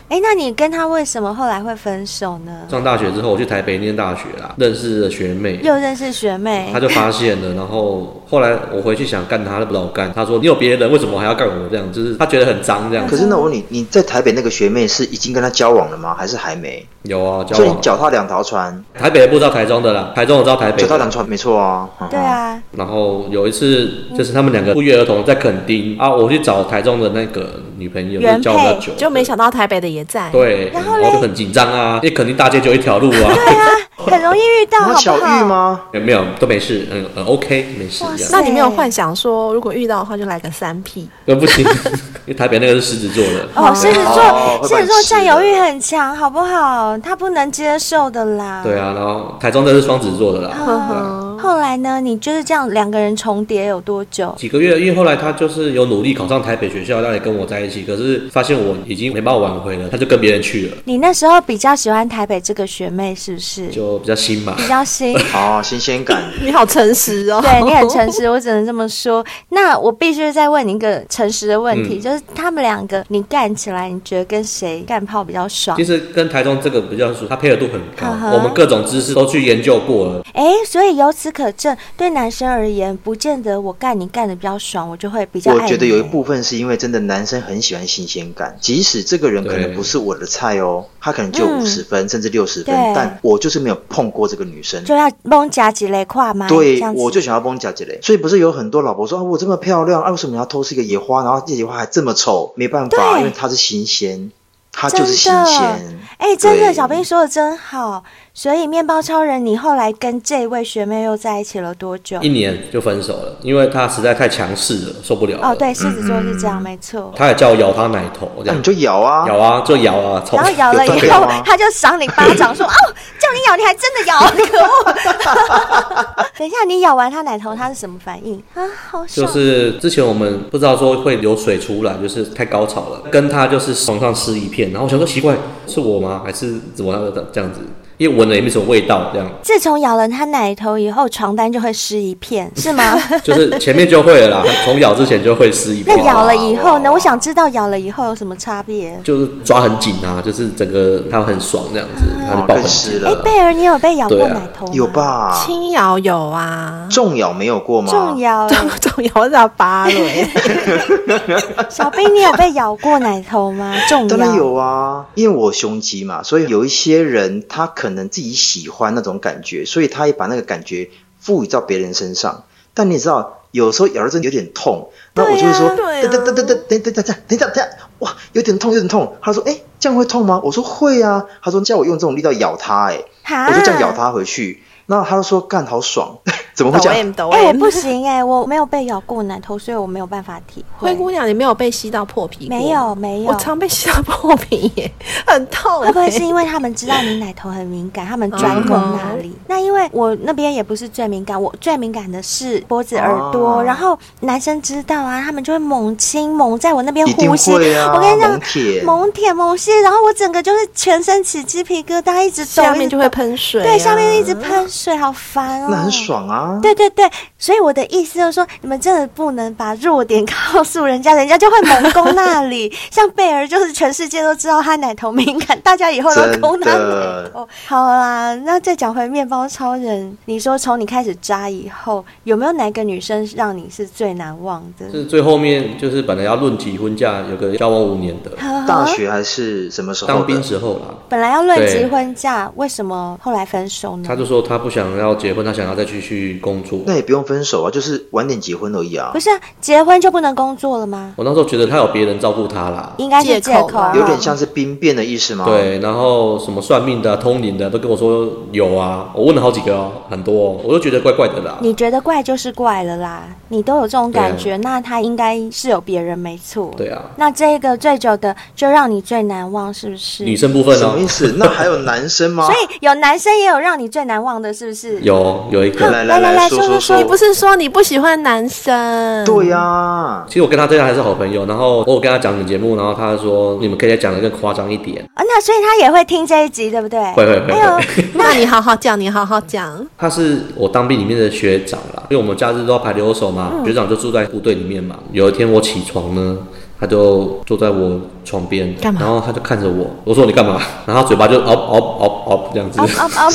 B: 哎、那你跟他为什么后来会分手呢？
F: 上大学之后，我去台北念大学啦，认识了学妹，
B: 又认识学妹
F: 他，就发现了，然后后来我回去想干他，他不让我干，他说你有别人，为什么还要干我这样？就是他觉得很脏这样
C: 可。是那我问你，你在台北那个学妹是已经跟他交往了吗？还是还没？
F: 有啊，交
C: 所以
F: 往
C: 你。脚踏两条船，
F: 台北的不知道台中的啦，台中我知道台北
C: 脚踏
F: 的
C: 啊两。船没错啊。嗯
B: 对，啊，
F: 然后有一次，就是他们两个不约而同在垦丁啊，我去找台中的那个女朋友，就是交往比较久的，
D: 就没想到台北的也在。
F: 对，然后就很紧张啊，因为垦丁大街就一条路啊，
B: 很容易遇到，
C: 你
B: 好
C: 有
B: 不
C: 巧遇
B: 好？
C: 吗？
F: 也没有都没事，嗯嗯，OK，没事这样，
D: 那你没有幻想说，如果遇到的话就来个三 P？
F: 对不起， (laughs) 因为台北那个是狮子座的，
B: 哦，狮子
C: 哦
B: 座，
C: 会
B: 狮
C: 把
B: 子
C: 你
B: 座
C: 吃
B: 占有
C: 的
B: 欲很强，好不好？他不能接受的啦。
F: 对啊，然后台中的是双子座的啦，
B: 哦
F: 对啊
B: 后来呢？你就是这样两个人重叠有多久？
F: 几个月，因为后来他就是有努力考上台北学校，让你跟我在一起，可是发现我已经没办法挽回了，他就跟别人去了，
B: 你那时候比较喜欢台北这个学妹，是不是？
F: 就比较新嘛。
B: 比较新。
C: 哦，新鲜感。
D: 你好诚实哦。
B: (laughs) 对你很诚实，我只能这么说。那我必须再问你一个诚实的问题，
F: 嗯
B: 就是他们两个你干起来，你觉得跟谁干炮比较爽
F: 其？实跟台中这个比较熟，它配合度很高
B: 呵呵，
F: 我们各种知识都去研究过了。
B: 哎、所以由此可证，对男生而言，不见得我干你干的比较爽，我就会比较爱
C: 我
B: 你。
C: 觉得有一部分是因为真的男生很喜欢新鲜感，即使这个人可
F: 对
C: 能不是我的菜哦，他可能就
B: 嗯
C: 五十分、甚至六十分
B: 对，
C: 但我就是没有碰过这个女生，
B: 就要蒙夹几雷胯吗？这
C: 对
B: 样，子
C: 我就想要崩假姐嘞。所以不是有很多老婆说啊，我这么漂亮，啊，为什么你要偷吃一个野花，然后这野花还这么丑？没办法，
B: 对
C: 因为它是新鲜，它
B: 真
C: 就
B: 的
C: 是新鲜。
B: 哎、真的，
C: 对
B: 小兵说的真好。所以面包超人，你后来跟这位学妹又在一起了多久
F: 一？年就分手了，因为他实在太强势了，受不了了
B: 哦，对，狮子座是这
C: 嗯
B: 样，没错。
F: 他也叫我咬他奶头，这
C: 那
F: 样、
C: 你就咬啊，
F: 咬啊，就咬啊，从
B: 然后咬了
C: 哦有
B: 以
C: 断
B: 后
C: 掉吗，
B: 他就赏你巴掌，说：“哦，叫你咬，你还 (laughs) 真的咬，可恶！”等一下，你咬完他奶头，他是什么反应啊？好
F: 就
B: 爽！
F: 是之前我们不知道说会流水出来，就是太高潮了，跟他就是床上湿一片，然后我想说奇怪是我吗，还是怎么样的这样子，因为闻了也没什么味道，这样
B: 自从咬了他奶头以后，床单就会湿一片，是
C: (laughs)
B: 吗？
F: 就是前面就会了啦，从咬之前就会湿一
B: 那
F: 片，
B: 咬了以后呢？我想知道咬了以后有什么差别。
F: 就是抓很紧啊，就是整个他很爽这样子，他就
C: 哦，
F: 抱
C: 更
F: 很
C: 湿
F: 紧。
B: 哎，
C: 了，
B: 贝尔，你有被咬过
F: 对啊
B: 奶头吗？
C: 有？吧？
D: 轻咬有啊，
C: 重咬没有过吗？
B: 重
C: (laughs)
B: 咬、哎
D: 重咬到芭蕾。
B: 小兵，你有被咬过奶头吗？重
C: 当
B: 咬
C: 然有啊，因为我胸肌嘛，所以有一些人他可能自己喜欢那种感觉，所以他也把那个感觉赋予到别人身上。但你也知道，有时候咬到真的有点痛，那我就会说，
D: 对啊
C: 等等等等等等等等等等等，哇，有点痛，有点痛。他说，哎、这样会痛吗？我说会啊。他说叫我用这种力道咬他、哎，
B: 哈
C: 我就这样咬他回去。那他就说干好爽， (laughs) 怎么会
D: 抖
C: 这
D: M
C: 样？
D: 抖
B: 哎、 (laughs) 我
D: M。
B: 不行哎、我没有被咬过奶头，所以我没有办法体会。
D: 灰姑娘，你没有被吸到破皮过吗
B: 没有没有
D: 我常被吸到破皮耶，很痛耶。
B: 哦会不会是因为他们知道你奶头很敏感，他们钻孔那里？那因为我那边也不是最敏感，我最敏感的是脖子、耳朵。
C: 哦
B: 然后男生知道啊，他们就会猛亲猛在我那边
C: 一定
B: 呼吸。
C: 会啊，
B: 我跟你讲
C: 猛，铁，
B: 猛舔猛吸，然后我整个就是全身起鸡皮疙瘩，一直抖，
D: 下面就
B: 一
D: 会
B: 直抖
D: 喷水啊、
B: 对，下面一直喷水，好烦哦。
C: 那很。爽啊。
B: 对对对，所以我的意思就是说，你们真的不能把弱点告诉人家，人家就会猛攻那里。像贝儿，就是全世界都知道他奶头敏感，大家以后都攻他
C: 真的
B: 奶头。好啦，那再讲回面包超人，你说从你开始扎以后，有没有哪个女生让你是最难忘的？
F: 是最后面就是本来要论及婚嫁，有个交往五年的，
B: 啊
C: 大学还是什么时候的？
F: 当兵时候啦，
B: 本来要论及
F: 对
B: 婚嫁，为什么后来分手呢
F: 他？就说他不想要结婚，他想要再继续工作。
C: 那也不用分手啊，就是晚点结婚而已啊
B: 不。是啊、结婚就不能工作了吗？
F: 我那时候觉得他有别人照顾他啦，
B: 应该是借
D: 借
B: 口啊
D: 口吧
B: 吧，
C: 有点像是兵变的意思吗？，
F: 对，然后什么算命的啊、通灵的啊都跟我说有啊，我问了好几个哦，很多哦，我都觉得怪怪的啦。
B: 你觉得怪就是怪了啦，你都有这种感觉，那他应该是有别人没错。
F: 啊对啊，
B: 那这个最久的就让你最难忘，是不是？
F: 女生部分
C: 什么意
F: 哦，
C: 思？那还有男生吗？
B: 所以有男生也有让你最难忘的，是不是？。
F: 有有一个，
C: 来
B: 来来来
C: 来
B: 说
C: 说
B: 说
D: 你不是说你不喜欢男生？
C: 对呀，
F: 其实我跟他对象还是好朋友，然后我有跟他讲你们节目，然后他说你们可以再讲的更夸张一点，
B: 啊，那所以他也会听这一集，对不对？
F: 会会会
B: 哎呦
F: 会。
D: 那你好好讲，你好好讲。
F: 他是我当兵里面的学长啦，因为我们假日都要排留守嘛，
D: 嗯
F: 学长就住在部队里面嘛。有一天我起床呢，他就坐在我床边，
D: 干嘛
F: 然后他就看着我，我说你干嘛？然后他嘴巴就嗷嗷嗷嗷这样
D: 哦
F: 子，
B: 熬熬熬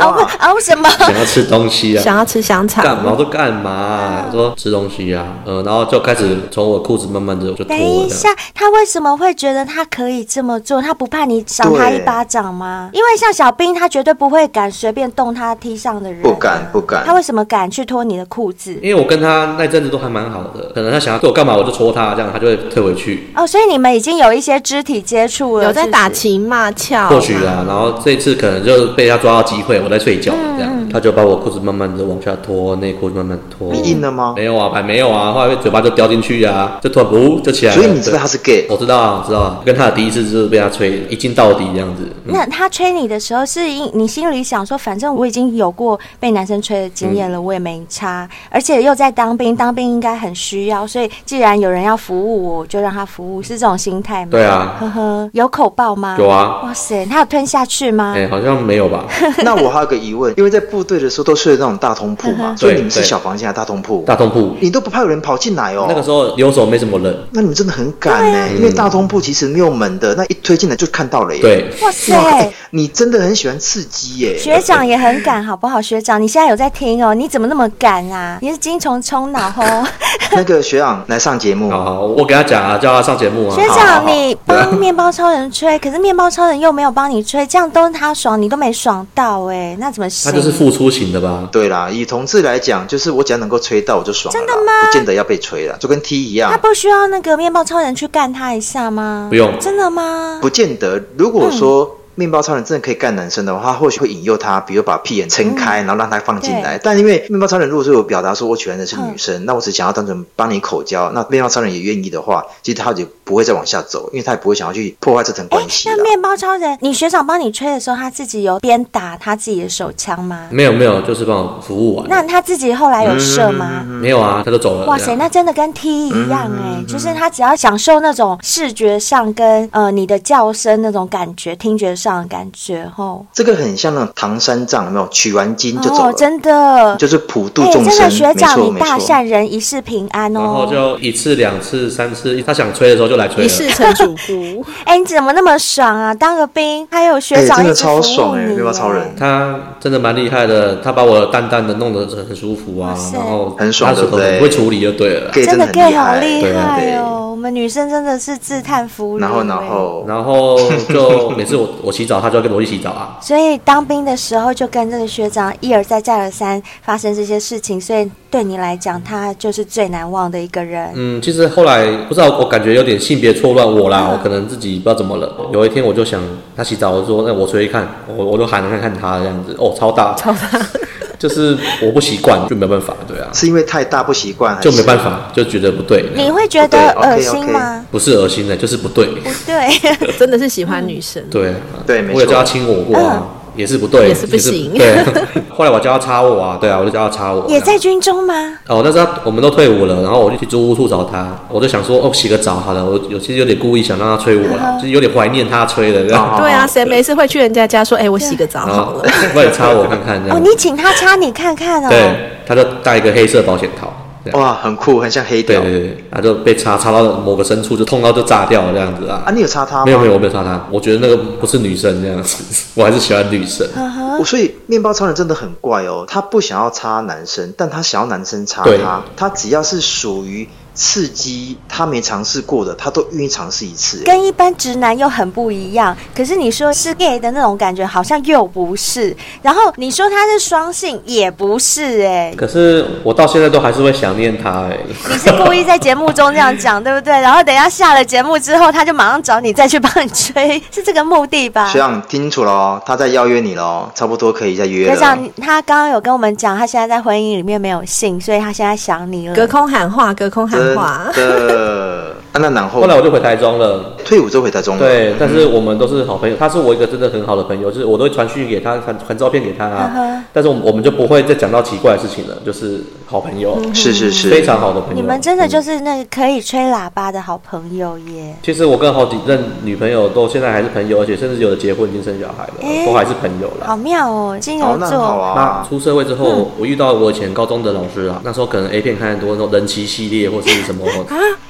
B: 熬熬哦什么？
F: (laughs) 想要吃东西啊。
D: 想要吃香肠，
F: (laughs) 干嘛？我说干嘛、说吃东西啊，呃，然后就开始从我裤子慢慢的就脱
B: 等
F: 了
B: 一
F: 这
B: 下
F: 样。，
B: 他为什么会觉得他可以这么做？他不怕你赏他一
C: 对
B: 巴掌吗？因为像小兵，他绝对不会敢随便动他踢上的人、
C: 不敢不敢
B: 他为什么敢去脱你的裤子？
F: 因为我跟他那阵子都还蛮好的，可能他想要对我干嘛，我就戳他，这样他就会退回去，
B: 哦，所以你们已经有一些肢体接触了，
D: 有在
B: 是不
D: 打
B: 是
D: 情骂俏。啊
F: 或许啦，然后这次可能就被他抓到机会，我在睡觉这样，他就把我裤子慢慢的往下脱，内裤慢慢脱。
C: 你硬了吗？
F: 没有啊，还没有啊，后来嘴巴就叼进去啊，就突然噗就起来了。
C: 所以你知道他是 gay，
F: 对？我知道啊，我知道啊，跟他的第一次就是被他吹一镜到底这样子。嗯
B: 那他吹你的时候，是因你心里想说，反正我已经有过被男生吹的经验
F: 嗯
B: 了，我也没差，而且又在当兵，当兵应该很需要，所以既然有人要服务我，我就让他服务，是这种心态吗？
F: 对啊
B: 呵呵，有口爆吗？
F: 有。啊，
B: 哇塞，他有吞下去吗？
F: 哎、好像没有吧？
C: 那我还有个疑问，因为在部队的时候都睡那种大通铺嘛，
B: 嗯
C: 所以你们是小房间还是大通铺？
F: 大通铺
C: 你都不怕有人跑进来 (laughs) 哦？
F: 那个时候留守没什么人，
C: 那你们真的很敢
B: 啊
C: 呢，因为大通铺其实没有门的，那一推进来就看到了耶。
F: 对，
B: 哇
C: 哇，
B: 塞
C: 哎，你真的很喜欢刺激耶。
B: 学长也很敢，好不好？学长，你现在有在听哦？你怎么那么敢啊？你是精虫冲脑哦吼！
C: 那个学长来上节目，
F: 好好，我给他讲啊，叫他上节目啊。
B: 学
F: 好好
B: 长，
F: 好 (laughs)
B: 你帮面包超人吹，可是面包超人又没有帮你吹，这样都是他爽，你都没爽到哎、那怎么行？
F: 他就是 (laughs) 付出型的吧？
C: 对啦，以同志来讲，就是我只要能够吹到我就爽了啦，
B: 真的吗
C: 不见得要被吹了，就跟踢一
B: 他
C: 样，
B: 不需要那个面包超人去干他一下吗？
F: 不用
B: 真的吗？
C: 不见得。如果
B: 嗯
C: 说面包超人真的可以干男生的话，他或许会引诱他，比如把屁眼撑开，
B: 嗯
C: 然后让他放进来。但因为面包超人如果说有表达说我喜欢的是女
B: 嗯
C: 生，那我只想要单纯帮你口交，那面包超人也愿意的话，其实他就不会再往下走，因为他也不会想要去破坏这层
B: 哎
C: 关，系
B: 那
C: 啦。
B: 面包超人，你学长帮你吹的时候，他自己有边打他自己的手枪吗？
F: 没有没有，就是帮我服务完。
B: 那他自己后来有射吗？
F: 没有啊，他嗯就走了。
B: 哇塞，
F: 这样
B: 那真的跟 T 一样哎、就是他只要享受那种视觉上跟呃你的叫声那种感觉，听觉上的感觉吼。
C: 这个很像那种唐三藏，有没有？取完经就走了，
B: 哦，真的，
C: 就是普度
B: 哎，
C: 众
B: 真
C: 生。
B: 的学长，
C: 没错
B: 你
C: 没
B: 大
C: 错。
B: 善人一世平安
F: 然后
B: 哦。
F: 就一次、两次、三次，他想吹的时候就来吹
D: 一
F: 了。
D: 世成主顾，
B: 哎，你怎么那么爽啊？当个兵，还有学长
C: 哎真
B: 一
C: 的
B: 直
C: 超
B: 服务
C: 爽哎
B: 你，啊
C: 面包超人
F: 他真的蛮厉害的，他把我淡淡的弄得很舒服
B: 哇
F: 啊
B: 塞，
F: 然后
C: 很爽
F: 他手头
C: 对不对
F: 会处理就对了。
C: gay
B: 真
C: 真
B: 的
C: 的很
B: gay
C: 厉
B: 好
C: 害，
B: 厉
F: 对啊
B: 害
C: 对
B: 哦！我们女生真的是自叹弗如。哎
C: 然后然，后
F: 然后就每次我 (laughs) 我洗澡，他就要跟我一起洗澡啊。
B: 所以当兵的时候就跟这个学长一而再再而三发生这些事情，所以对你来讲，他就是最难忘的一个人。
F: 嗯，其实后来不知道，我感觉有点性别错乱我啦，我可能自己不知道怎么了。有一天我就想他洗澡，我就说那我出去看，我我就喊看看他这样子，哦，超大，超大， (laughs) 就是我不习惯，就没办法，对啊，
C: 是因为太大不习惯，还
F: 就没办
C: 啊是。
F: 法，就觉得不对，
B: 你会觉得
C: 不对
B: 恶
C: ，OK，
B: 心
C: OK
B: 吗？
F: 不是恶心的，就是不对，
B: 不对，
D: (laughs)
B: (laughs)
D: 真的是喜欢女
F: (laughs)
D: 生。
F: 对啊，
C: 对没错
F: 我有叫他亲我过啊，也是不对，
D: 也是不行
F: 对啊， (laughs) 后来我叫他插我啊，对啊，我就叫他插我，
B: 也
C: 嗯
B: 在军中吗？
F: 哦，那时候我们都退伍了，然后我就去租屋处找他，我就想说，哦，洗个澡好了。我有其实有点故意想让他吹我
B: 嗯
F: 啦，就是有点怀念他吹的这
C: 哦
F: 样。
D: 对啊，谁没事会去人家家说，哎，我洗个澡
F: (laughs) 然
D: 好
F: 后
D: 了。
F: 不然擦我看看这
B: 哦，
C: 嗯
F: 样。
B: 你请他插你看看哦。
F: 对，他就戴一个黑色保险套，这样。
C: 哦哇，很酷，很像黑
F: 对
C: 屌
F: 对对，对他就被插插到某个深处，就痛到就炸掉了这样子啊
C: 啊！。你有插他吗？
F: 没有没有，我没有插他，我觉得那个不是女生这样子，我还是喜欢女生。
B: 嗯
C: 我所以面包超人真的很怪哦，他不想要插男生，但他想要男生插
F: 对
C: 他。他只要是属于刺激他没尝试过的，他都愿意尝试一次。哎
B: 跟一般直男又很不一样。可是你说是 gay 的那种感觉，好像又不是。然后你说他是双性，也不是、哎，
F: 可是我到现在都还是会想念他哎、
C: 哦
B: 你是故意在节目中这样讲，对不对？然后等一下下了节目之后，他就马上找你再去帮你吹，是这个目的吧？
C: 学长听清楚了哦，他在邀约你了哦，差不多可以再约
B: 学
C: 了。
B: 长，他刚刚有跟我们讲，他现在在婚姻里面没有性，所以他现在想你
D: 隔
B: 了。
D: 空喊话，隔空喊
C: (laughs) 真
D: 话。
C: 的，啊、那然后
F: 后来我就回台中了。
C: 退伍之后回台中了。
F: 对，但是我们都是好朋友，他是我一个真的很好的朋友，就是我都会传讯给他，传传照片给他
B: 嗯
F: 啊。但是我们我们就不会再讲到奇怪的事情了，就是好朋友，
C: 是是是，
F: 非常好的朋友。
B: 你们真的就是那个可以吹喇叭的好朋友耶！
F: 其实我跟好几任女朋友都现在还是朋友，而且甚至有的结婚已经生小孩了，
B: 诶
F: 都还是朋友啦。
B: 好妙哦，金牛
C: 好，那很好
B: 座，
F: 那
C: 啊。
F: 出社会之后，
B: 嗯
F: 我遇到我以前高中的老师啊，那时候可能 A 片看得多，那种人妻系列或是什
B: (laughs)
F: 么，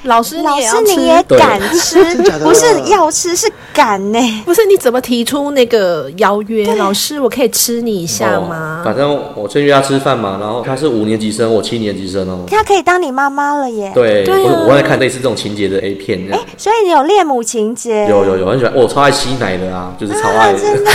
D: 老师，
B: 老师
D: 你
B: 你
D: 也要
B: 也
D: 吃。
F: 对
B: 敢
F: (laughs)
B: 吃
C: 真假，的
B: 不是要吃是敢呢、
D: 不是你怎么提出那个邀约？老师，我可以吃你一下
F: 哦
D: 吗？
F: 反正我先约他吃饭嘛，然后他是五年级生，我七年级生哦。
B: 他可以当你妈妈了耶！
F: 对，
D: 对啊
F: 我我在看类似这种情节的 A 片这样。
B: 所以你有恋母情节，
F: 有有有，很喜欢，我超爱吸奶的啊，就是超爱
B: 啊，真的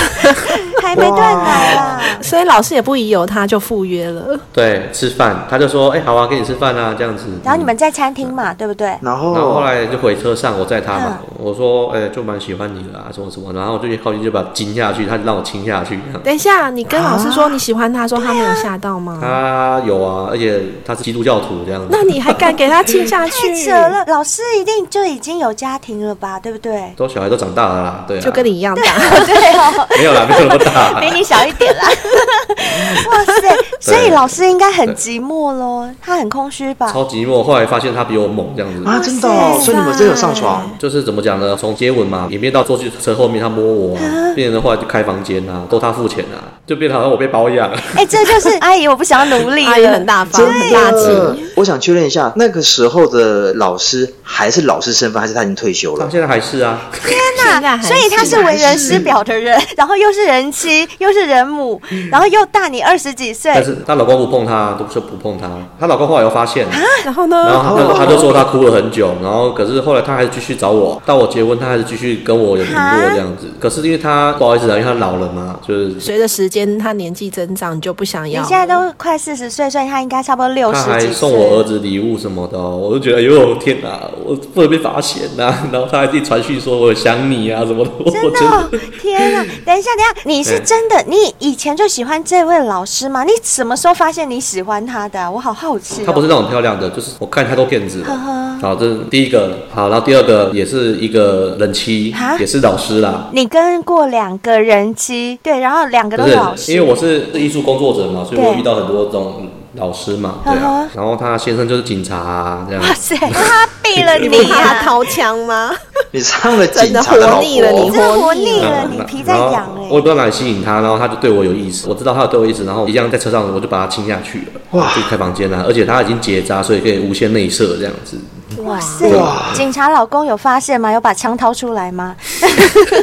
B: 还没断奶啦。
D: 所以老师也不疑有他，就赴约了。
F: 对，吃饭，他就说，哎、好啊，跟你吃饭啊，这样子。
B: 然后你们在餐厅嘛，对不对？
C: 然
F: 嗯，
C: 后
F: 然后后来就回车上，我载他嘛，我说，哎、就蛮喜欢你的啊，什么什么，然后我就一靠近就把他亲下去，他就让我亲下去，这样。
D: 等一下，你跟老师说你喜欢他，说他没有吓到吗？
F: 他有啊，而且他是基督教徒这样子？
D: 那，你还敢给他亲下 (laughs)
B: 太
D: 去？
B: 扯了，老师一定就已经有家庭了吧，对不对
D: (laughs)
F: 都小孩都长大了啦，对啊，
D: 就跟你一样大。 (laughs)
B: 对哦，
F: 没有啦，没有那么大
B: 比你小一点啦。 (laughs) 哇塞，所以
F: 对
B: 老师应该很寂寞咯，他很空虚吧？
F: 超级寞。后来发现他比我猛这样子。
C: 啊，真的、哦，所以你们真的有上床？
F: 就是怎么讲呢？从接吻嘛，演变到坐去车后面，他摸我、啊，变成后来就开房间啊，都他付钱啊，就变得好像我被包养。
B: 哎，这
F: (laughs)
B: 就是阿姨，我不想要努力
D: 阿姨
B: 了，
D: 很大方，很大
C: 呃
D: 气。，
C: 我想确认一下，那个时候的老师还是老师身份，还是他已经退休
F: 他
C: 了？
F: 现在还是啊，
D: 现在还
B: 所以他是为人师表的人，然后又是人妻，又是人母，然后又大你二十几岁，
F: 但是她老公不碰她，都不不碰她。她老公后来又发现，
B: 啊
D: (laughs) 然后
F: 然
D: 呢？
F: 后
B: 哦
F: 她她就说她哭了很久，然后可是后来她还是继续找我，到我结婚她还是继续跟我有联络这样子。
B: 啊
F: 可是因为她不好意思啊，因为她老了嘛，就是
D: 随着时间，他年纪增长，你就不想
B: 你
D: 要。
B: 现在都快四十岁，所以他应该差不多六
F: 她
B: 十
F: 还
B: 几岁。
F: 送我儿子礼物什么的哦、我就觉得哎呦天哪、我不能被发现呐、然后她还自己传讯说我有想你啊什么的，我
B: 真的、
F: 真
B: 哦
F: 的。，
B: 天啊！等一下，等一下，你是真的，你以前就喜欢这位老师吗？你什么时候发现你喜欢他的啊、我好好奇、哦。
F: 她不是那种漂亮的，就是我看她都骗子了。好，这是第一个。好，然后第二个也是一个人妻
B: 哈，
F: 也是老师啦。
B: 你跟过两个人妻，对，然后两个都
F: 不
B: 是老师，
F: 是，因为我是艺术工作者嘛，所以
B: 对嗯
F: 我遇到很多这种老师嘛，对啊。然后他先生就是警察、啊、这样，
B: 哇塞，他毙了
D: 你
B: 你
D: 不怕
B: 啊！
F: (laughs)
D: 掏枪吗？
C: 你上了警
D: 真的
C: 察的老
D: 活
C: 婆，
D: 腻了你，
B: 真的活
D: 腻
B: 腻了
F: 嗯
B: 啊你皮在
F: 然后
B: 痒欸
F: 我也不知道哪里吸引他，然后他就对我有意思，我知道他有对我有意思，然后一样在车上我就把他亲下去了，
C: 哇
F: 啊就开房间啦、而且他已经结扎，所以可以无限内射这样子。
B: 哇塞！警察老公有发现吗？有把枪掏出来吗？ (laughs)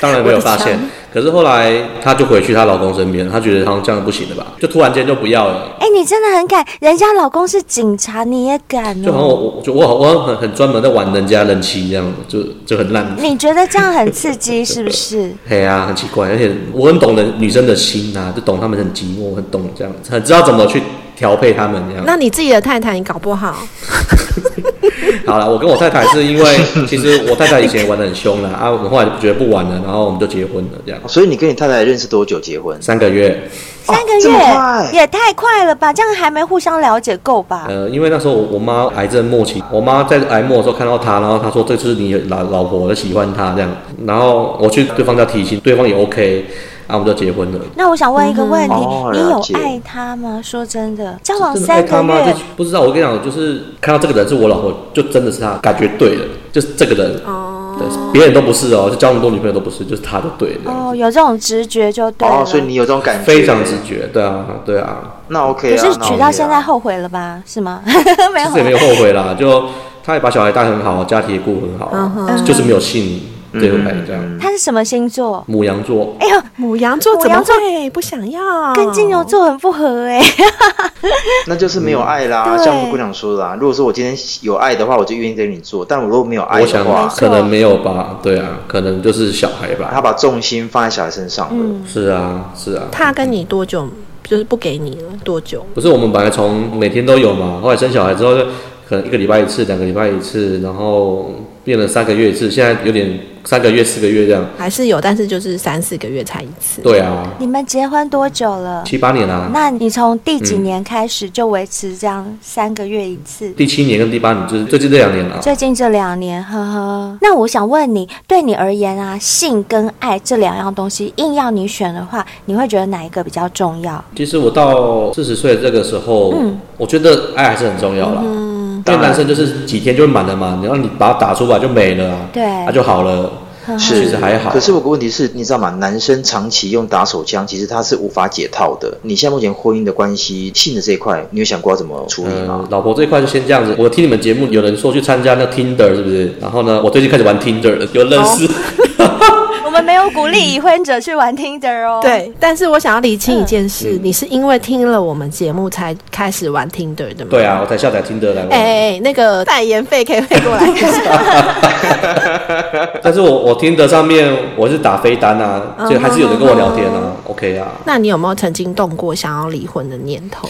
F: 当然没有发现，可是后来她就回去她老公身边，她觉得好像这样不行了吧，就突然间就不要了。
B: 哎、你真的很敢，人家老公是警察，你也敢
F: 就好像
B: 哦。
F: 我我就我好我好像很很专门在玩人家人妻这样，就就很烂。
B: 你觉得这样很刺激，是不是？
F: 嘿啊，很奇怪，而且我很懂人女生的心啊，就懂她们很寂寞，很懂这样，很知道怎么去调配她们这样。
D: 那你自己的太太，你搞不好，
F: 好了，我跟我太太是因为，其实我太太以前也玩的很凶啦，啊，我们后来觉得不玩了，然后我们就结婚了，这样
C: 哦所以你跟你太太认识多久结婚？
F: 三个月。
B: 三个
C: 啊这么
B: 月、
C: 快嗯
B: 也太快了吧？这样还没互相了解够吧？
F: 呃，因为那时候我我妈癌症末期，我妈在癌末的时候看到她，然后她说这是你老老婆，我喜欢她这样，然后我去对方家提亲，对方也 OK，啊，我们就结婚了。
B: 那我想问一个问题，
C: 嗯哦
B: 你
C: 了
B: 有
C: 解
B: 爱他吗？说真的，交往
F: 真的哎爱
B: 哦三
F: 她
B: 个
F: 吗？
B: 月
F: 这，不知道，我跟你讲，就是看到这个人是我老婆，就真的是她，感觉对了，就是这个人，
B: 哦
F: 对，别人都不是哦，就交那么多女朋友都不是，就是她就对了这样子。
B: 哦，有这种直觉就对啊了。
C: 哦，所以你有这种感觉，
F: 非常直觉，对啊，对啊，
C: 那 OK
B: 可
C: 啊。
B: 是
C: 那
B: 娶
C: OK
B: 到
C: 啊
B: 现在后悔了吧？是吗？ (laughs) 没有
F: 其实也没有后悔啦，就她也把小孩带很好，家庭也顾很好
B: 嗯
F: 啊，就是没有信对我来这样。
B: 他是什么星座？
F: 母羊座，
C: 嗯
B: 哎呦，
D: 母羊座
B: 母
D: 怎么
B: 羊座
D: 会不想要？
B: 跟金
C: 哦
B: 牛座很不合哎、
C: 那就是没有爱啦。
B: 嗯对
C: 像姑娘说的啦，啊如果说我今天有爱的话，我就愿意跟你做；但我如果没有爱
F: 我
C: 的
F: 想
C: 话，
F: 可能没有吧，对啊，可能就是小孩
C: 他把
F: 吧。
C: 重心放在小孩身上了。
B: 嗯
F: 是啊，是啊，
D: 他跟你多久？就是不给你了多久？
F: 不是我们本来从每天都有嘛，后来生小孩之后就可能一个礼拜一次，两个礼拜一次，然后变了三个月一次，现在有点三个月、四个月这样。
D: 还是有，但是就是三四个月才一次。
F: 对啊，
B: 你们结婚多久了？
F: 七八年啊，
B: 那你从第几年开始就维持这样三个月一次？
F: 第七年跟第八年就是最近这两年啊。
B: 最近这两年，呵呵。那我想问你，对你而言啊，性跟爱这两样东西，硬要你选的话，你会觉得哪一个比较重要？
F: 其实我到四十岁这个时候，我觉得爱还是很重要啦。因为男生就是几天就会满了嘛，然后你把它打出来就没了啊，
B: 对
F: 那、就好了。
C: 是，
F: 其实还好。
C: 哦可是我个问题是，你知道吗？男生长期用打手枪，其实他是无法解套的。你现在目前婚姻的关系，性的这一块，你有想过要怎么处理吗？
F: 呃，老婆这一块就先这样子。我听你们节目，有人说去参加那 Tinder 是不是？然后呢，我最近开始玩 Tinder 了，有认识。
B: 我们没有鼓励已婚者去玩 Tinder 哦。，
D: 对，但是我想要理清一件事，你是因为听了我们节目才开始玩 Tinder 的吗？
F: (laughs) 对啊，我才下载 Tinder 来玩。
D: 哎、哎哎那个代言费可以汇过来一 (laughs) 下。
F: 但是我我 Tinder 上面我是打飞单啊，就还是有人跟我聊天啊、o k 啊。
D: 那你有没有曾经动过想要离婚的念头？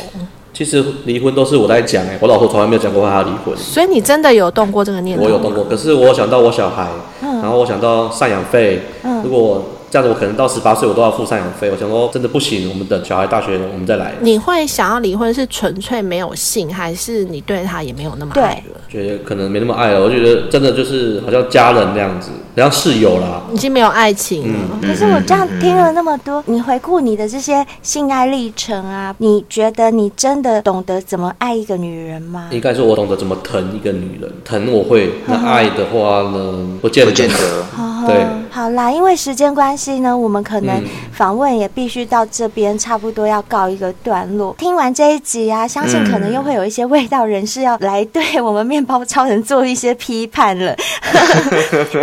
F: 其实离婚都是我在讲、哎，我老婆从来没有讲过她要离婚。
D: 所以你真的有动过这个念头？
F: 我有动过，。可是我想到我小孩，然后我想到赡养费，如果这样子，我可能到十八岁我都要付赡养费。我想说，真的不行，我们等小孩大学我们再来。
D: 你会想要离婚是纯粹没有性，还是你对他也没有那么爱了？
F: 觉得可能没那么爱了，我觉得真的就是好像家人那样子，然后室友啦，
D: 已经没有爱情
F: 嗯
D: 了。
B: 可是我这样听了那么多，你回顾你的这些性爱历程啊，你觉得你真的懂得怎么爱一个女人吗？
F: 应该说我懂得怎么疼一个女人，疼我会，那爱的话呢，不见
C: 不
F: 得。
C: 见得。
F: 对
B: 好啦，因为时间关系呢，我们可能
F: 嗯
B: 访问也必须到这边，差不多要告一个段落。听完这一集啊，相信可能又会有一些味道人士要来对我们面包超人做一些批判
F: (laughs)
B: 了。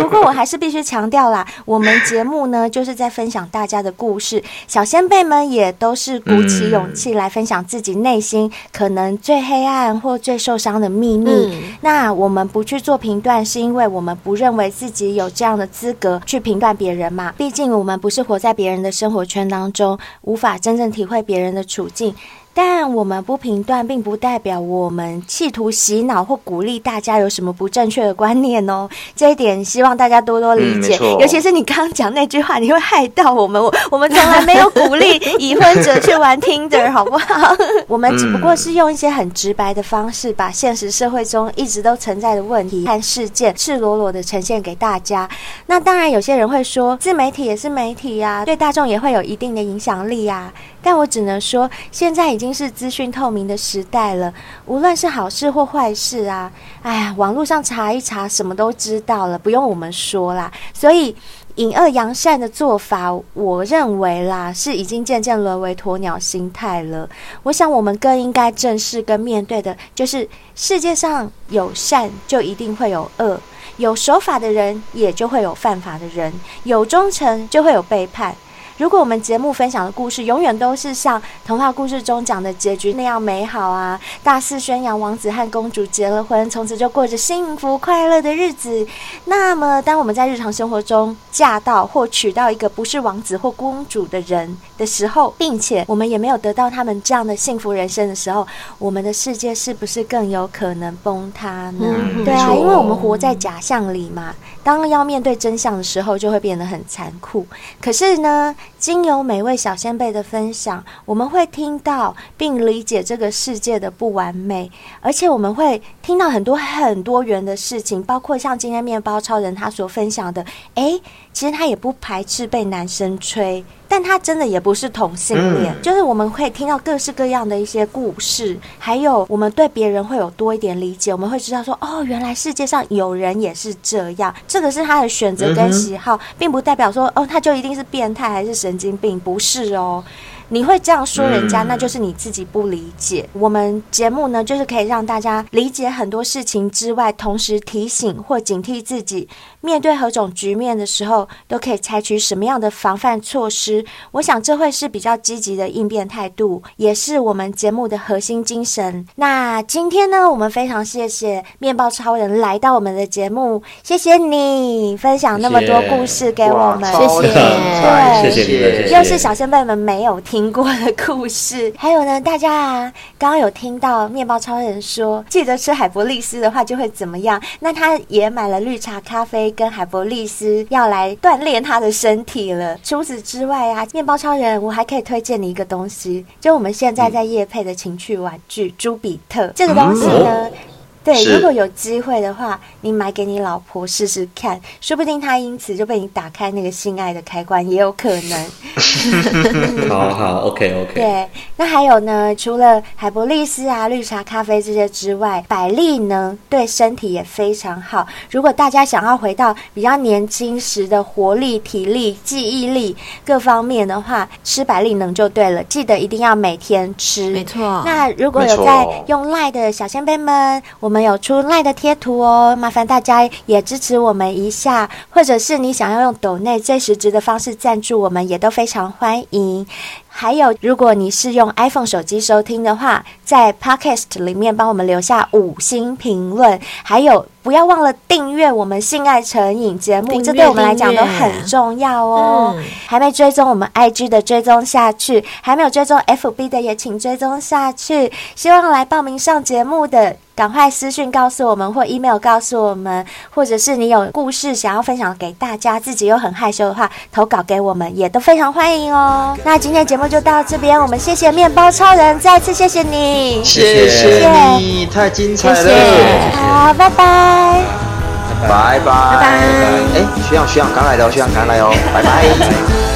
B: 不过我还是必须强调啦，我们节目呢就是在分享大家的故事，小先辈们也都是鼓起勇气来分享自己内心可能最黑暗或最受伤的秘密。
D: 嗯
B: 那我们不去做评断，是因为我们不认为自己有这样的资格去评断别人嘛？毕竟我们不是活在别人的生活圈当中，无法真正体会别人的处境。但我们不评断，并不代表我们企图洗脑或鼓励大家有什么不正确的观念哦。这一点希望大家多多理
C: 嗯没
B: 解，
C: 错
B: 尤其是你刚刚讲那句话，你会害到我们。我我们从来没有鼓励已婚者去玩 Tinder，好不好？我们只不过是用一些很直白的方式，把现实社会中一直都存在的问题和事件赤裸裸的呈现给大家。那当然，有些人会说，自媒体也是媒体呀、对大众也会有一定的影响力呀、但我只能说，现在已经是资讯透明的时代了，无论是好事或坏事啊，哎呀，网络上查一查，什么都知道了，不用我们说啦。所以。隐恶扬善的做法，我认为啦，是已经渐渐沦为鸵鸟心态了。我想，我们更应该正视跟面对的，就是世界上有善，就一定会有恶；有守法的人，也就会有犯法的人；有忠诚，就会有背叛。如果我们节目分享的故事永远都是像童话故事中讲的结局那样美好啊，大肆宣扬王子和公主结了婚，从此就过着幸福快乐的日子，那么当我们在日常生活中嫁到或娶到一个不是王子或公主的人的时候，并且我们也没有得到他们这样的幸福人生的时候，我们的世界是不是更有可能崩塌呢？
D: 嗯
B: 对啊，
C: 没错
B: 因为我们活在假象里嘛。当要面对真相的时候，就会变得很残酷。可是呢，经由每位小先辈的分享，我们会听到并理解这个世界的不完美，而且我们会听到很多很多元的事情，包括像今天面包超人他所分享的，诶，其实他也不排斥被男生吹，但他真的也不是同性恋，
C: 嗯
B: 就是我们会听到各式各样的一些故事，还有我们对别人会有多一点理解，我们会知道说，哦，原来世界上有人也是这样，这个是他的选择
C: 嗯
B: 跟
C: 哼
B: 喜好，并不代表说，哦，他就一定是变态还是神经病，不是哦。你会这样说人家，
C: 嗯
B: 那就是你自己不理解。我们节目呢，就是可以让大家理解很多事情之外，同时提醒或警惕自己，面对何种局面的时候，都可以采取什么样的防范措施。我想这会是比较积极的应变态度，也是我们节目的核心精神。那今天呢，我们非常谢谢面包超人来到我们的节目，谢谢你分享那么多
F: 谢谢
B: 故事给我们，
D: 超谢谢
F: 谢谢你们谢谢
B: 又是小先辈们没有听过的故事。还有呢，大家啊，刚刚有听到面包超人说，记得吃海博利斯的话就会怎么样？那他也买了绿茶咖啡跟海博利斯，要来锻炼他的身体了。除此之外啊，面包超人，我还可以推荐你一个东西，就我们现在在夜配的情趣玩具朱比特这个东西呢。对，
C: 是
B: 如果有机会的话，你买给你老婆试试看，说不定她因此就被你打开那个性爱的开关，也有可能。
F: 好好，OK OK，
B: 对，那还有呢，除了海博利斯啊、绿茶咖啡这些之外，百利呢对身体也非常好。如果大家想要回到比较年轻时的活力、体力、记忆力各方面的话，吃百利能就对了。记得一定要每天吃，
D: 没错
B: 那如果
C: 没
B: 有
C: 错
B: 在用赖的小先辈们，我们有出赖的贴图哦，麻烦大家也支持我们一下，或者是你想要用抖内最实质的方式赞助我们，也都非常欢迎。还有，如果你是用 iPhone 手机收听的话，在 Podcast 里面帮我们留下五星评论，还有不要忘了订阅我们性爱成瘾节目，
D: 订阅
B: 这对我们来讲
D: 订
B: 都
D: 阅
B: 很重要哦。
D: 嗯
B: 还没追踪我们 IG 的追踪下去，还没有追踪 FB 的也请追踪下去。希望来报名上节目的，赶快私讯告诉我们，或 email 告诉我们，或者是你有故事想要分享给大家，自己又很害羞的话，投稿给我们也都非常欢迎哦。那今天节目就到这边，我们谢谢面包超人，再次谢谢你，
C: 谢
F: 谢
C: 谢你，太精彩
D: 谢谢
C: 了，
B: 好，拜拜。
C: 拜拜拜拜。哎，学长学长，赶快来哦，学长赶快来哦，拜拜。